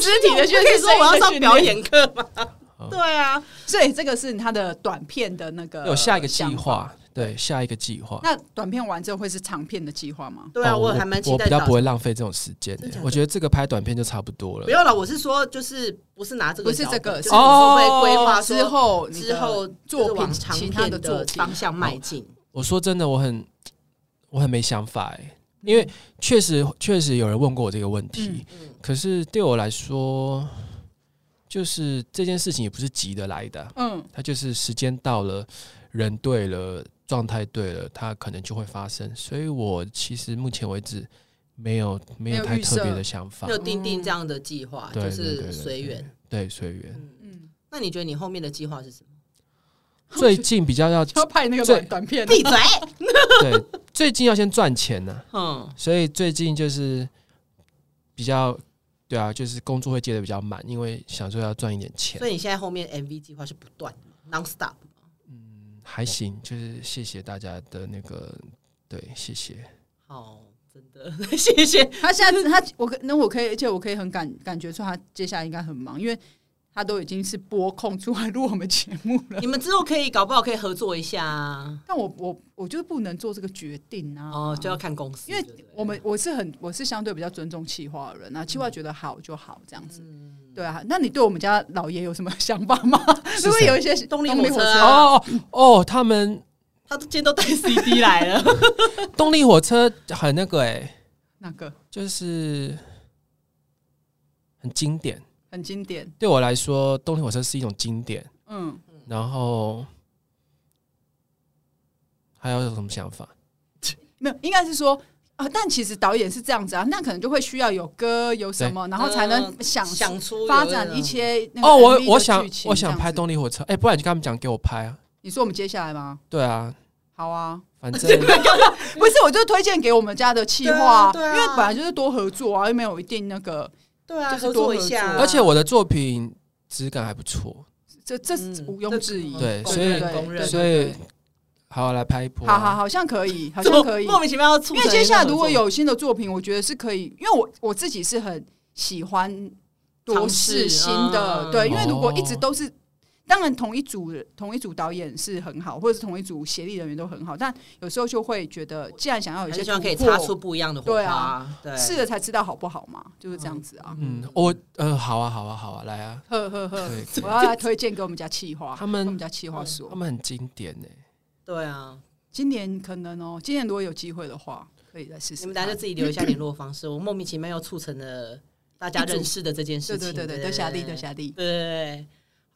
Speaker 2: 是肢体的训
Speaker 1: 可
Speaker 2: 练，
Speaker 1: 以说我要
Speaker 2: 是声
Speaker 1: 上
Speaker 2: 音的训练
Speaker 1: 表。演课吗
Speaker 3: 好？
Speaker 1: 对啊，
Speaker 2: 所以这个是他的短片的那个
Speaker 3: 有下一个计
Speaker 2: 想法。
Speaker 3: 划，对，下一个计划。
Speaker 2: 那短片完之后会是长片的计划吗？
Speaker 1: 对啊，
Speaker 3: 哦
Speaker 1: 我还蛮期
Speaker 3: 我
Speaker 1: 待
Speaker 3: 比较
Speaker 1: 到
Speaker 3: 不。会浪费这种时间的
Speaker 1: 真假，的
Speaker 3: 我觉得这个拍短片就差不多了
Speaker 1: 不。要了，我是说，就是不是拿这个
Speaker 2: 不是
Speaker 1: 脚
Speaker 2: 这
Speaker 1: 本，
Speaker 2: 个
Speaker 1: 就是
Speaker 2: 是
Speaker 1: 你
Speaker 3: 哦
Speaker 1: 会不会规划
Speaker 2: 之
Speaker 1: 说
Speaker 2: 后你的
Speaker 1: 之后就
Speaker 2: 作
Speaker 1: 是
Speaker 2: 品
Speaker 1: 往长
Speaker 2: 其他
Speaker 1: 片
Speaker 2: 的作
Speaker 1: 的
Speaker 2: 品
Speaker 1: 方向迈进？
Speaker 3: 我说真的，我很我很没想法哎、因为确实确实有人问过我这个问题，
Speaker 1: 嗯嗯
Speaker 3: 可是对我来说，就是这件事情也不是急得来的，啊
Speaker 2: 嗯，
Speaker 3: 它就是时间到了，人对了，状态对了，它可能就会发生。所以我其实目前为止没有
Speaker 2: 没
Speaker 3: 没
Speaker 2: 有
Speaker 3: 有太
Speaker 2: 预
Speaker 3: 特别
Speaker 2: 设
Speaker 3: 的想法
Speaker 1: 没，有定定这样的计划，
Speaker 3: 对
Speaker 1: 啊就
Speaker 3: 对对
Speaker 1: 是
Speaker 3: 对
Speaker 1: 随缘。
Speaker 3: 对随缘。
Speaker 1: 嗯，
Speaker 2: 嗯，
Speaker 1: 那你觉得你后面的计划是什么？嗯
Speaker 3: 最近比较要
Speaker 2: 就要拍那个
Speaker 3: 最
Speaker 2: 短短片。
Speaker 1: 闭嘴！
Speaker 3: 对，最近要先赚钱呢、啊
Speaker 1: 嗯，
Speaker 3: 所以最近就是比较，对啊，就是工作会接的比较满，因为想说要赚一点钱
Speaker 1: 所，以你现在后面 MV 计划是不断的 non stop。
Speaker 3: 还行，就是谢谢大家的那个，对，谢谢。
Speaker 1: 好，真的谢谢。
Speaker 2: 他现在他我可那我可以，而且我可以很感感觉出他接下来应该很忙，因为他都已经是拨空出来录我们节目了。
Speaker 1: 你们之后可以搞不好可以合作一下啊，
Speaker 2: 但我我我就是不能做这个决定啊！
Speaker 1: 哦，就要看公司，
Speaker 2: 因为
Speaker 1: 对不对
Speaker 2: 我们我是很我是相对比较尊重企划的人啊，企划觉得好就好这样子。
Speaker 1: 嗯，
Speaker 2: 对啊，那你对我们家老爷有什么想法吗？
Speaker 3: 谁
Speaker 2: 如果有一些
Speaker 1: 动力
Speaker 2: 火
Speaker 1: 火车啊
Speaker 3: 哦哦，他们
Speaker 1: 他都今天都带 CD 来了，
Speaker 3: 动力火车很那个哎、
Speaker 2: 那个
Speaker 3: 就是很经典。
Speaker 2: 很经典，
Speaker 3: 对我来说，动力火车是一种经典。
Speaker 2: 嗯，
Speaker 3: 然后还有什么想法？
Speaker 2: 没有，应该是说。啊、但其实导演是这样子啊，那可能就会需要有歌有什么，然后才能想出
Speaker 1: 呃想出
Speaker 2: 发
Speaker 1: 有
Speaker 2: 展
Speaker 1: 人
Speaker 2: 一些那个
Speaker 3: 哦，我
Speaker 2: MV 的
Speaker 3: 我想
Speaker 2: 剧情
Speaker 3: 我
Speaker 2: 这
Speaker 3: 想
Speaker 2: 样
Speaker 3: 拍
Speaker 2: 子
Speaker 3: 动力火车，哎、不然你就跟他们讲给我拍啊。
Speaker 2: 你说我们接下来吗？
Speaker 3: 对啊，
Speaker 2: 好啊，
Speaker 1: 嗯
Speaker 3: 反正
Speaker 2: 不是，我就推荐给我们家的企划、
Speaker 1: 对啊对啊
Speaker 2: 因为本来就是多合作啊，又没有一定那个，
Speaker 1: 对啊，
Speaker 2: 就是
Speaker 1: 合
Speaker 2: 多
Speaker 1: 作
Speaker 2: 合
Speaker 1: 一下啊，
Speaker 2: 作
Speaker 3: 而且我的作品质感还不错，
Speaker 2: 这这是
Speaker 1: 嗯
Speaker 2: 毋庸置疑。啊
Speaker 3: 对
Speaker 1: 公
Speaker 3: 所以
Speaker 1: 认
Speaker 2: 对
Speaker 1: 公认
Speaker 2: 对
Speaker 3: 所以好来拍一波、啊
Speaker 2: 好好，好像可以，好
Speaker 1: 怎
Speaker 2: 像
Speaker 1: 么
Speaker 2: 可以。
Speaker 1: 莫名其妙要促
Speaker 2: 因
Speaker 1: 成
Speaker 2: 为
Speaker 1: 一个合作，
Speaker 2: 接下来如果有新的作品，我觉得是可以，因为我我自己是很喜欢多
Speaker 1: 尝试
Speaker 2: 试新的，
Speaker 1: 嗯
Speaker 2: 对，因为如果
Speaker 3: 哦
Speaker 2: 一直都是。当然，同一组同一组导演是很好，或者是同一组协力人员都很好，但有时候就会觉得，既然想要有一
Speaker 1: 还
Speaker 2: 些
Speaker 1: 是希望可以
Speaker 2: 突破
Speaker 1: 擦出不一样的火
Speaker 2: 对
Speaker 1: 花
Speaker 2: 啊，
Speaker 1: 对，
Speaker 2: 试了才知道好不好嘛，就是这样子啊。
Speaker 3: 嗯，我呃，好啊，好啊，好啊，来啊，
Speaker 2: 呵呵呵
Speaker 3: 对，
Speaker 2: 我要来推荐给我们家企划，
Speaker 3: 他们
Speaker 2: 跟我们家企划说
Speaker 3: 他，们很经典呢、
Speaker 1: 对啊，
Speaker 2: 今年可能哦，今年如果有机会的话，可以再试试看。
Speaker 1: 你们大家就自己留一下联络方式。我莫名其妙又促成了大家认识的这件事情，
Speaker 2: 对对对对，
Speaker 1: 对，
Speaker 2: 德霞弟，德
Speaker 1: 对
Speaker 2: 霞弟，
Speaker 1: 对对。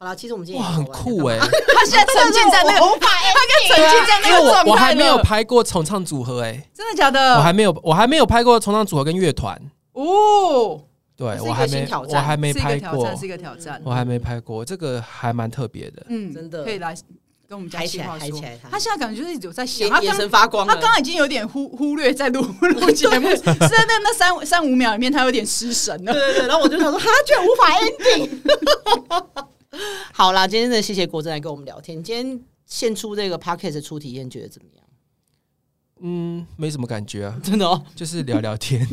Speaker 1: 好了，其实我们今天
Speaker 3: 哇，
Speaker 1: 也
Speaker 3: 很
Speaker 1: 玩
Speaker 3: 酷 哎、
Speaker 2: 他现在沉浸在那个，他跟沉浸在那
Speaker 3: 因为
Speaker 2: 个状态
Speaker 3: 我我还没有
Speaker 2: 了
Speaker 3: 拍过重唱组合哎、
Speaker 2: 真的假
Speaker 3: 我
Speaker 2: 的？
Speaker 3: 还没有我还没有拍过重唱组合跟乐团，
Speaker 2: 哦，
Speaker 3: 对
Speaker 1: 是一个
Speaker 3: 我还
Speaker 1: 新
Speaker 3: 没
Speaker 1: 挑
Speaker 3: 我
Speaker 1: 战
Speaker 3: 还没
Speaker 2: 是一个
Speaker 3: 拍
Speaker 2: 挑战，
Speaker 3: 过
Speaker 2: 是，一个挑战。
Speaker 3: 我还没拍过，这个还蛮特别的。
Speaker 2: 嗯，
Speaker 1: 真的
Speaker 2: 可以来跟我们家
Speaker 1: 嗨起
Speaker 2: 企
Speaker 1: 来
Speaker 2: 划
Speaker 1: 嗨
Speaker 2: 说
Speaker 1: 起来，他
Speaker 2: 他现在感觉就是有在想，
Speaker 1: 眼
Speaker 2: 他
Speaker 1: 眼
Speaker 2: 刚
Speaker 1: 神发光
Speaker 2: 他
Speaker 1: 了。
Speaker 2: 刚刚已经有点忽忽略在录录节目，是在那那三三五秒里面，他有点失神了
Speaker 1: 对。对对，然后我 就想说，哈，居然无法 ending。好啦，今天真的谢谢国珍来跟我们聊天。今天献出这个 p o c k e t 初体验，觉得怎么样？
Speaker 3: 嗯，没什么感觉啊，
Speaker 1: 真的哦，
Speaker 3: 就是聊聊天。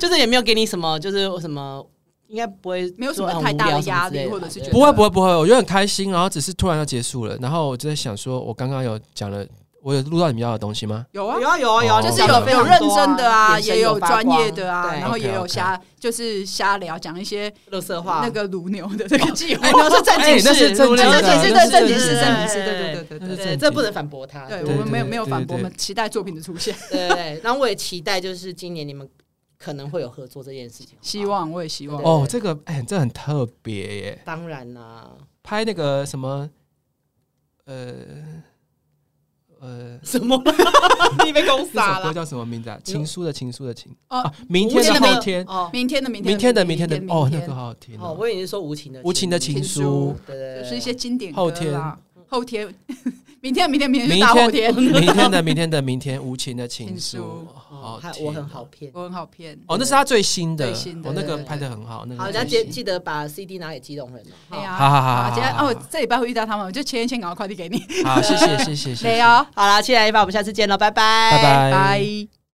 Speaker 1: 就是也没有给你什么，就是呃什么，应该不会
Speaker 2: 没有什么
Speaker 1: 说很
Speaker 2: 太大的
Speaker 1: 无聊什么
Speaker 2: 压
Speaker 1: 之类
Speaker 2: 力
Speaker 1: 的
Speaker 2: 或者
Speaker 1: 吧
Speaker 2: 是
Speaker 1: 对
Speaker 2: 觉得
Speaker 3: 不会不会不会，我觉得很开心，然后只是突然要结束了，然后我就在想说，我刚刚有讲了，我有录到你们要的东西吗？
Speaker 2: 有啊，
Speaker 1: 有啊有啊有啊，
Speaker 3: 哦
Speaker 2: 就是
Speaker 1: 讲
Speaker 2: 有
Speaker 1: 得非
Speaker 2: 有
Speaker 1: 常
Speaker 2: 认
Speaker 1: 多
Speaker 2: 真的啊，
Speaker 1: 眼神
Speaker 2: 也有
Speaker 1: 发
Speaker 2: 专
Speaker 1: 光
Speaker 2: 业的啊，
Speaker 1: 对
Speaker 2: 然后也有
Speaker 3: OK，OK
Speaker 2: 瞎就是瞎聊，讲一些
Speaker 1: 乐色话
Speaker 2: 那个乳牛的这个计划
Speaker 1: 哎。那是正经
Speaker 3: 哎那是
Speaker 1: 事
Speaker 3: 正经
Speaker 1: 那
Speaker 2: 正
Speaker 1: 是
Speaker 2: 经
Speaker 1: 正经
Speaker 2: 事，对正经
Speaker 1: 事
Speaker 2: 事，
Speaker 1: 正
Speaker 2: 正经
Speaker 1: 经
Speaker 2: 事，
Speaker 1: 事
Speaker 2: 对
Speaker 1: 对
Speaker 2: 对对
Speaker 3: 那
Speaker 1: 对，
Speaker 2: 对对
Speaker 3: 是正
Speaker 1: 这
Speaker 3: 经
Speaker 1: 不能反驳他。
Speaker 2: 对，
Speaker 3: 对
Speaker 2: 我们没有
Speaker 3: 对
Speaker 2: 没有反驳，
Speaker 3: 对
Speaker 2: 我
Speaker 3: 对
Speaker 2: 们期待作品的出现，
Speaker 1: 对对，然后我也期待，就是今年你们可能会有合作这件事情。
Speaker 2: 希，望我也希望
Speaker 1: 对
Speaker 3: 哦，这个哎、这很特别耶，
Speaker 1: 当然啦，
Speaker 3: 拍那个什么，呃呃，
Speaker 1: 什么？ 你被攻
Speaker 3: 那
Speaker 1: 杀
Speaker 3: 首歌
Speaker 1: 了？
Speaker 3: 叫什么名字啊？情书的情书的情
Speaker 2: 哦
Speaker 3: 啊，明天的后天，
Speaker 1: 哦
Speaker 2: 明天的明
Speaker 3: 明
Speaker 2: 天
Speaker 3: 天
Speaker 2: 的
Speaker 3: 的明天的哦，那个好好听
Speaker 1: 哦，
Speaker 3: 哦，
Speaker 1: 我以为你是说无情的
Speaker 3: 无情的情
Speaker 2: 情书
Speaker 3: 书，
Speaker 1: 对对，对
Speaker 2: 就是一些经典
Speaker 3: 后
Speaker 2: 歌啦
Speaker 3: 天。
Speaker 2: 后天， 明天明天明天就
Speaker 3: 明
Speaker 2: 大后天，
Speaker 3: 天明天的明天的明天，无情的情
Speaker 2: 情
Speaker 3: 书
Speaker 2: 书，
Speaker 1: 哦
Speaker 3: 好，
Speaker 1: 还
Speaker 3: 听
Speaker 1: 我很好骗。
Speaker 2: 我很好骗。
Speaker 3: 哦，那是他最新的，
Speaker 2: 最新的
Speaker 3: 哦，那个
Speaker 1: 对对
Speaker 3: 拍的很好，那个
Speaker 1: 好，
Speaker 3: 很
Speaker 1: 大家
Speaker 3: 好
Speaker 1: 记记得把 CD 拿给激动人哦。
Speaker 2: 哎呀，
Speaker 3: 好好好好
Speaker 2: 今天
Speaker 3: 好
Speaker 2: 哦，这礼拜会遇到他们，我就签一签，赶快快递给你。
Speaker 3: 好，谢谢谢谢谢谢，
Speaker 2: 没有，
Speaker 1: 好啦，谢谢 A 爸，我们下次见了，拜拜，
Speaker 3: 拜拜
Speaker 2: 拜。